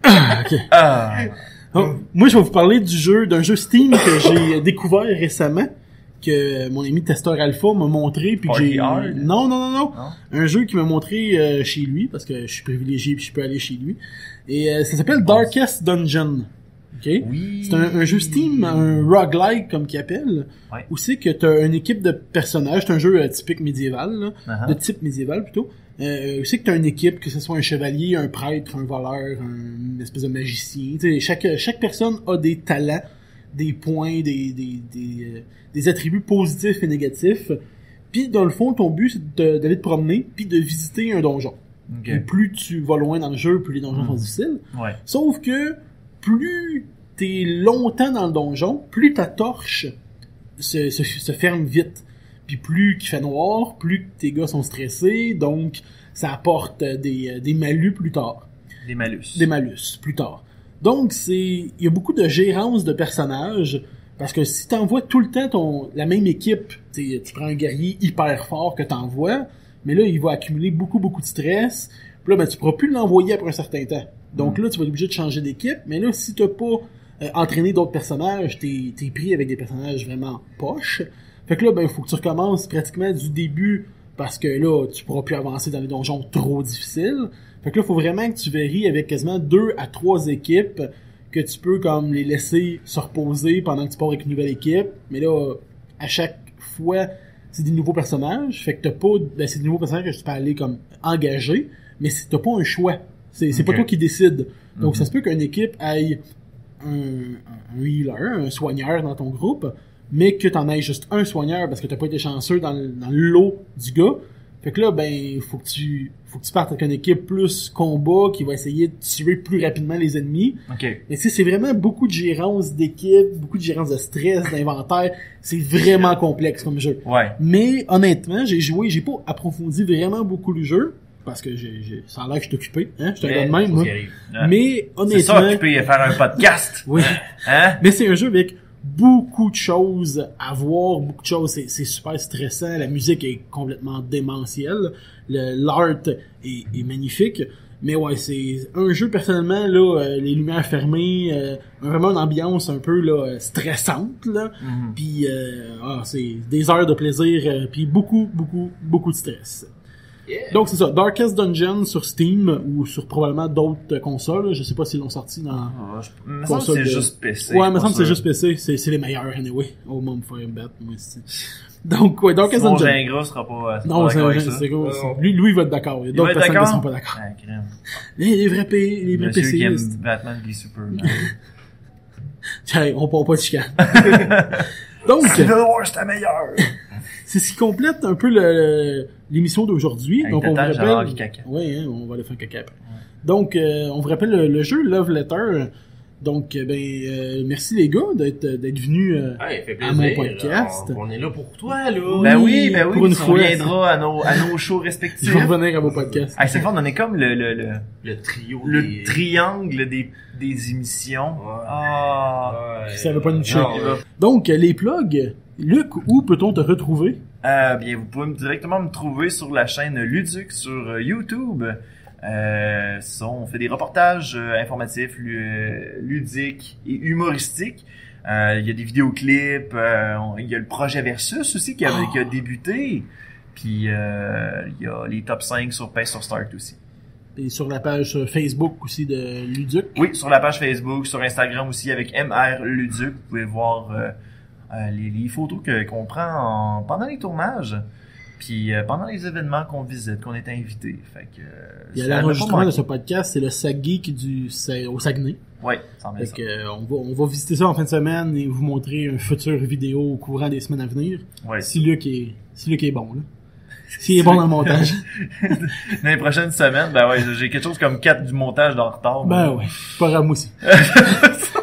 [SPEAKER 1] Ah, ok.
[SPEAKER 2] Ah.
[SPEAKER 1] Oh, moi, je vais vous parler du jeu, d'un jeu Steam que j'ai découvert récemment, que mon ami testeur Alpha m'a montré, puis que
[SPEAKER 2] Party
[SPEAKER 1] j'ai...
[SPEAKER 2] Hard?
[SPEAKER 1] Non, non, non, non.
[SPEAKER 2] Non?
[SPEAKER 1] Un jeu qu'il m'a montré euh, chez lui, parce que je suis privilégié puis je peux aller chez lui. Et euh, ça s'appelle Darkest Dungeon. Ok?
[SPEAKER 2] Ah, Oui.
[SPEAKER 1] C'est un, un jeu Steam, un roguelike comme qu'ils appellent,
[SPEAKER 2] Ouais.
[SPEAKER 1] où c'est que t'as une équipe de personnages, c'est un jeu euh, typique médiéval, là,
[SPEAKER 2] Uh-huh.
[SPEAKER 1] de type médiéval plutôt, euh, où c'est que t'as une équipe, que ce soit un chevalier, un prêtre, un voleur, un, une espèce de magicien, tu sais, chaque, chaque personne a des talents, des points, des, des, des, euh, des attributs positifs et négatifs, puis dans le fond, ton but c'est de- d'aller te promener, puis de visiter un donjon.
[SPEAKER 2] Ok.
[SPEAKER 1] Et plus tu vas loin dans le jeu, plus les donjons
[SPEAKER 2] Mhm.
[SPEAKER 1] sont difficiles.
[SPEAKER 2] Ouais.
[SPEAKER 1] Sauf que plus t'es longtemps dans le donjon, plus ta torche se, se, se ferme vite. Puis plus qu'il fait noir, plus que tes gars sont stressés, donc ça apporte euh, des, euh, des malus plus tard.
[SPEAKER 2] Des malus.
[SPEAKER 1] Des malus plus tard. Donc c'est. Il y a beaucoup de gérance de personnages. Parce que si t'envoies tout le temps ton la même équipe, t'sais, tu prends un guerrier hyper fort que t'envoies, mais là il va accumuler beaucoup beaucoup de stress. Puis là ben tu pourras plus l'envoyer après un certain temps. Donc là tu vas être obligé de changer d'équipe. Mais là si t'as pas euh, entraîné d'autres personnages, t'es t'es pris avec des personnages vraiment poches. Fait que là ben faut que tu recommences pratiquement du début parce que là tu pourras plus avancer dans les donjons trop difficiles. Fait que là faut vraiment que tu verries avec quasiment deux à trois équipes que tu peux comme les laisser se reposer pendant que tu pars avec une nouvelle équipe. Mais là, à chaque fois, c'est des nouveaux personnages. Fait que t'as pas, ben, c'est des nouveaux personnages que tu peux aller comme engager, mais c'est- t'as pas un choix. C'est c'est pas
[SPEAKER 2] Ok.
[SPEAKER 1] toi qui décide. Donc
[SPEAKER 2] Mhm.
[SPEAKER 1] ça se peut qu'une équipe aille un, un healer, un soigneur dans ton groupe, mais que t'en aies juste un soigneur parce que t'as pas été chanceux dans, le- dans le lot du gars. Fait que là, ben, faut que tu, faut que tu partes avec une équipe plus combat qui va essayer de tuer plus rapidement les ennemis.
[SPEAKER 2] Ok.
[SPEAKER 1] Mais tu sais, c'est vraiment beaucoup de gérance d'équipe, beaucoup de gérance de stress, d'inventaire. C'est vraiment complexe comme jeu.
[SPEAKER 2] Ouais.
[SPEAKER 1] Mais honnêtement, j'ai joué, j'ai pas approfondi vraiment beaucoup le jeu. Parce que j'ai, j'ai- ça a l'air que je suis occupé, hein? Je te
[SPEAKER 3] Mais
[SPEAKER 1] le même,
[SPEAKER 3] c'est
[SPEAKER 1] moi.
[SPEAKER 3] ce qui arrive.
[SPEAKER 2] Ouais.
[SPEAKER 1] Mais
[SPEAKER 2] Euh, C'est ça,
[SPEAKER 1] honnêtement.
[SPEAKER 2] tu peux y faire un podcast.
[SPEAKER 1] oui.
[SPEAKER 2] Hein?
[SPEAKER 1] Mais c'est un jeu avec beaucoup de choses à voir, beaucoup de choses. C'est, c'est super stressant. La musique est complètement démentielle. Le, l'art est, est magnifique. Mais ouais, c'est un jeu personnellement là, euh, les lumières fermées, euh, vraiment une ambiance un peu là euh, stressante là.
[SPEAKER 2] Mhm.
[SPEAKER 1] Puis euh, ah, c'est des heures de plaisir, euh, puis beaucoup, beaucoup, beaucoup de stress.
[SPEAKER 3] Yeah.
[SPEAKER 1] Donc c'est ça, Darkest Dungeon sur Steam ou sur probablement d'autres consoles. là. Je sais pas s'ils l'ont sorti dans
[SPEAKER 2] Ah, je- Il me semble que
[SPEAKER 1] Console
[SPEAKER 2] c'est
[SPEAKER 1] de-
[SPEAKER 2] juste PC.
[SPEAKER 1] Ouais, me semble que c'est
[SPEAKER 2] Console.
[SPEAKER 1] juste PC. C'est, c'est les meilleurs, anyway. Oh, mon frère, bête, moi, c'est... Donc, ouais, Darkest
[SPEAKER 2] Sinon,
[SPEAKER 1] Dungeon.
[SPEAKER 2] Gingras sera pas. sera
[SPEAKER 1] Non,
[SPEAKER 2] pas d'accord
[SPEAKER 1] c'est,
[SPEAKER 2] avec
[SPEAKER 1] c'est,
[SPEAKER 2] ça.
[SPEAKER 1] c'est gros.
[SPEAKER 3] Non, non.
[SPEAKER 1] Lui, lui, il va être d'accord. Il y a
[SPEAKER 2] Il
[SPEAKER 1] d'autres
[SPEAKER 2] va être
[SPEAKER 1] personnes qui
[SPEAKER 2] d'accord?
[SPEAKER 1] sont pas d'accord.
[SPEAKER 2] Ah, crème.
[SPEAKER 1] Les, les vrais, P- les vrais
[SPEAKER 2] Monsieur qui aime
[SPEAKER 1] PCistes.
[SPEAKER 2] Batman Ah, v Superman.
[SPEAKER 1] Tiens, on part pas de chicane. Donc,
[SPEAKER 2] Civil War, c'était meilleur.
[SPEAKER 1] c'est ce qui complète un peu le, l'émission d'aujourd'hui.
[SPEAKER 2] Avec
[SPEAKER 1] Donc, on vous
[SPEAKER 2] Tata,
[SPEAKER 1] rappelle.
[SPEAKER 2] Gérard, Guy Caca.
[SPEAKER 1] Oui, hein, on va aller faire caca après. Donc, euh, on vous rappelle le, le jeu Love Letter. Donc, euh, ben, euh, merci les gars d'être d'être venus. euh,
[SPEAKER 3] Ah, il fait
[SPEAKER 1] À
[SPEAKER 3] plaisir.
[SPEAKER 1] mon podcast.
[SPEAKER 3] On, on est là pour toi, là.
[SPEAKER 2] Ben oui, ben oui,
[SPEAKER 1] pour une
[SPEAKER 2] tu
[SPEAKER 1] fois.
[SPEAKER 2] reviendras à nos, à nos shows
[SPEAKER 1] je
[SPEAKER 2] respectifs.
[SPEAKER 1] vais revenir à vos podcasts.
[SPEAKER 2] Ah, c'est le fun, on est comme le, le, le,
[SPEAKER 3] Le trio. des-
[SPEAKER 2] le triangle des, des émissions.
[SPEAKER 3] Ouais.
[SPEAKER 2] Ah.
[SPEAKER 3] Ouais.
[SPEAKER 1] Ça veut pas nous chier.
[SPEAKER 3] Non, euh,
[SPEAKER 1] Donc, euh, les plugs. Luc, où peut-on te retrouver?
[SPEAKER 2] Euh, bien, vous pouvez me- directement me trouver sur la chaîne Luduc sur euh, YouTube. Euh, ça, on fait des reportages euh, informatifs, lu- euh, ludiques et humoristiques. Euh, Il y a des vidéoclips, euh, on- il y a le projet Versus aussi qui a,
[SPEAKER 1] Oh.
[SPEAKER 3] Ah.
[SPEAKER 2] qui a débuté. Puis euh, il y a les top 5 sur Pace sur Start aussi.
[SPEAKER 1] Et sur la page euh, Facebook aussi de Luduc.
[SPEAKER 2] Oui, sur la page Facebook, sur Instagram aussi avec MR Luduc, vous pouvez voir euh, euh, les, les photos que- qu'on prend en- pendant les tournages, puis euh, pendant les événements qu'on visite, qu'on est invité. Fait que euh,
[SPEAKER 1] Il y a
[SPEAKER 2] ça m'a
[SPEAKER 1] l'enregistrement
[SPEAKER 2] pas
[SPEAKER 1] de ce podcast, c'est le Sac Geek du, Sa- au Saguenay.
[SPEAKER 2] manqué. Ouais, ça en met
[SPEAKER 1] Fait
[SPEAKER 2] ça.
[SPEAKER 1] que, euh, on, va, on va visiter ça en fin de semaine et vous montrer une future vidéo au courant des semaines à venir.
[SPEAKER 2] Ouais.
[SPEAKER 1] Si Luc est, si Luc est bon, là. S'il est bon dans le montage.
[SPEAKER 2] Dans les prochaines semaines, ben ouais, j'ai quelque chose comme 4 du montage dans le retard.
[SPEAKER 1] ben ouais, c'est pas grave, moi aussi.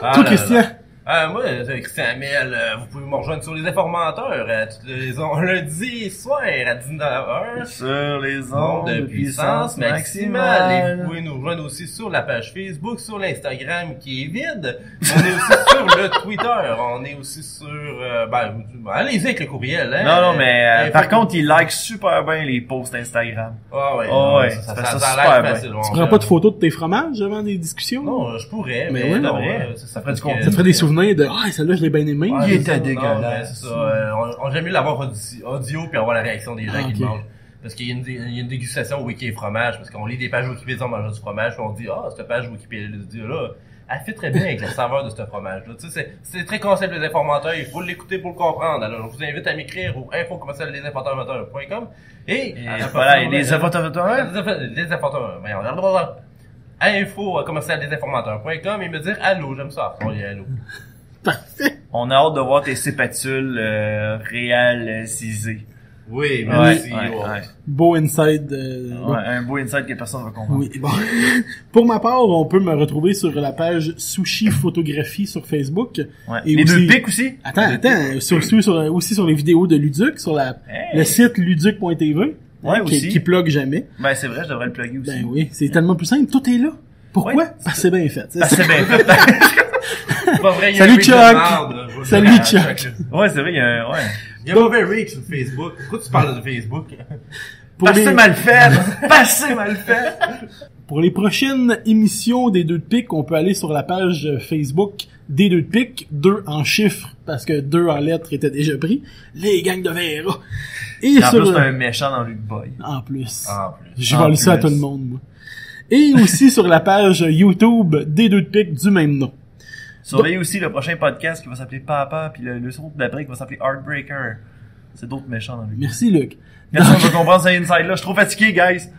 [SPEAKER 3] ah,
[SPEAKER 1] Toi,
[SPEAKER 3] là, là,
[SPEAKER 1] Christian,
[SPEAKER 3] là. Ah, moi, c'est Christian Amel, euh, vous pouvez me rejoindre sur les informateurs euh, toutes les on lundi soir à 19h.
[SPEAKER 2] Sur les
[SPEAKER 3] Nombre
[SPEAKER 2] ondes
[SPEAKER 3] de puissance maximale. Et vous pouvez nous rejoindre aussi sur la page Facebook, sur l'Instagram qui est vide. On est aussi sur le Twitter. On est aussi sur... euh, ben, allez-y avec le courriel. Hein.
[SPEAKER 2] Non, non, mais euh,
[SPEAKER 3] Eh,
[SPEAKER 2] par
[SPEAKER 3] faut-
[SPEAKER 2] contre, il like super bien les posts Instagram.
[SPEAKER 3] Ah ouais,
[SPEAKER 2] Ah
[SPEAKER 3] non,
[SPEAKER 2] ouais,
[SPEAKER 3] ça,
[SPEAKER 2] tu
[SPEAKER 3] ça,
[SPEAKER 2] fais
[SPEAKER 3] ça,
[SPEAKER 2] ça
[SPEAKER 3] a l'air
[SPEAKER 2] super bien.
[SPEAKER 3] facile.
[SPEAKER 1] tu prends pas de photos de tes fromages avant des discussions?
[SPEAKER 3] Non, je pourrais,
[SPEAKER 1] Mais
[SPEAKER 3] mais,
[SPEAKER 1] oui,
[SPEAKER 3] non,
[SPEAKER 2] non,
[SPEAKER 3] euh,
[SPEAKER 2] ouais.
[SPEAKER 3] ça,
[SPEAKER 2] Ça ferait
[SPEAKER 3] ça ferait
[SPEAKER 2] du
[SPEAKER 3] du
[SPEAKER 2] contenu.
[SPEAKER 1] Ça ferait des souvenirs de, ah, celle-là, je l'ai bien aimé.
[SPEAKER 2] Ouais. Il
[SPEAKER 3] c'est
[SPEAKER 2] était
[SPEAKER 3] ça, non,
[SPEAKER 2] dégueulasse.
[SPEAKER 3] mais c'est ça, euh, on- on- J'aime mieux l'avoir audi- audio puis avoir la réaction des gens
[SPEAKER 1] Ah,
[SPEAKER 3] qui le
[SPEAKER 1] ok.
[SPEAKER 3] mangent. Parce qu'il y, a une- il y a une dégustation au Wiki fromage, parce qu'on lit des pages Wikipédia en mangeant du fromage, puis on dit, ah, cette page Wikipédia-là, elle fait très bien avec la saveur de ce fromage-là. Tu sais, c'est- c'est très concept des informateurs, il faut l'écouter pour le comprendre. Alors, je vous invite à m'écrire au info.lesinformateurs.com et...
[SPEAKER 2] Et
[SPEAKER 3] à la
[SPEAKER 2] voilà, et
[SPEAKER 3] plateforme-
[SPEAKER 2] les
[SPEAKER 3] Ouais,
[SPEAKER 2] avatars.
[SPEAKER 3] les affaires- les informateurs. Voyons, regarde, regarde, regarde. Info euh, commercial desinformateurs.com et me dire allô, j'aime ça. On dit allô.
[SPEAKER 2] On a hâte de voir tes sépatules euh, réalisées.
[SPEAKER 3] Oui,
[SPEAKER 2] Ouais, ouais, ouais.
[SPEAKER 1] Beau inside. euh,
[SPEAKER 2] Ouais,
[SPEAKER 1] bon.
[SPEAKER 2] Un beau insight que personne ne va comprendre.
[SPEAKER 1] Oui, bon. Pour ma part, on peut me retrouver sur la page Sushi Photographie sur Facebook.
[SPEAKER 2] Ouais.
[SPEAKER 1] Et
[SPEAKER 2] Les
[SPEAKER 1] aussi-
[SPEAKER 2] deux pics aussi?
[SPEAKER 1] Attends, attends, sur, sur, sur- aussi sur les vidéos de Luduc, sur la,
[SPEAKER 2] Hey.
[SPEAKER 1] le site luduc.tv,
[SPEAKER 2] Ouais,
[SPEAKER 1] hein, qui,
[SPEAKER 2] aussi.
[SPEAKER 1] qui plug jamais.
[SPEAKER 2] Ben, c'est vrai, je devrais le plugger aussi.
[SPEAKER 1] Ben oui, c'est tellement plus simple, tout est là. Pourquoi?
[SPEAKER 2] Ouais.
[SPEAKER 1] Parce que c'est bien fait.
[SPEAKER 2] Ah, c'est bien fait.
[SPEAKER 3] C'est pas vrai, il y a
[SPEAKER 1] Salut,
[SPEAKER 3] un reach de
[SPEAKER 1] Chuck.
[SPEAKER 3] marde, là. Je vois
[SPEAKER 1] Salut,
[SPEAKER 3] le- ah,
[SPEAKER 1] Chuck.
[SPEAKER 3] là.
[SPEAKER 2] Ouais, c'est vrai, il y a un- ouais.
[SPEAKER 3] Il y a un mauvais reach sur Facebook. Pourquoi tu parles de Facebook?
[SPEAKER 1] Pour
[SPEAKER 2] Passé
[SPEAKER 1] les-
[SPEAKER 2] mal fait! Passé mal fait!
[SPEAKER 1] Pour les prochaines émissions des deux de pique, on peut aller sur la page euh, Facebook des deux de pique, deux en chiffres, parce que deux en lettres étaient déjà pris, les gangs de verre. Et
[SPEAKER 2] En
[SPEAKER 1] sur... euh,
[SPEAKER 2] plus, c'est un Ah. méchant dans Luke Boy.
[SPEAKER 1] En plus.
[SPEAKER 3] En plus.
[SPEAKER 1] Je
[SPEAKER 2] en
[SPEAKER 1] vole ça à
[SPEAKER 2] plus.
[SPEAKER 1] tout le monde, moi. Et aussi sur la page YouTube des deux de pique du même nom.
[SPEAKER 2] Surveillez aussi le prochain podcast qui va s'appeler Papa, puis le, le second d'après qui va s'appeler Heartbreaker. C'est d'autres méchants dans Luke.
[SPEAKER 1] Merci, Luc.
[SPEAKER 2] Personne ne va comprendre ce inside-là. Je suis trop fatigué, guys.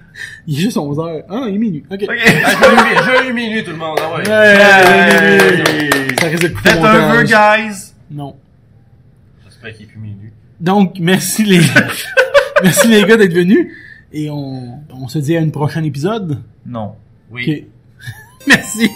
[SPEAKER 1] Il est juste 11h. Ah, il est minuit. OK.
[SPEAKER 2] Ok.
[SPEAKER 3] Ah, J'ai eu minuit- j'ai eu minuit, tout le monde. Ah ouais.
[SPEAKER 1] Hey! Ça risque de couper
[SPEAKER 2] Faites
[SPEAKER 1] mon
[SPEAKER 2] un vœu,
[SPEAKER 1] temps.
[SPEAKER 2] guys!
[SPEAKER 1] Non.
[SPEAKER 3] J'espère qu'il est plus minuit.
[SPEAKER 1] Donc, merci les merci les gars d'être venus. Et on, on se dit à un prochain épisode.
[SPEAKER 2] Non.
[SPEAKER 3] Oui.
[SPEAKER 1] Ok. merci.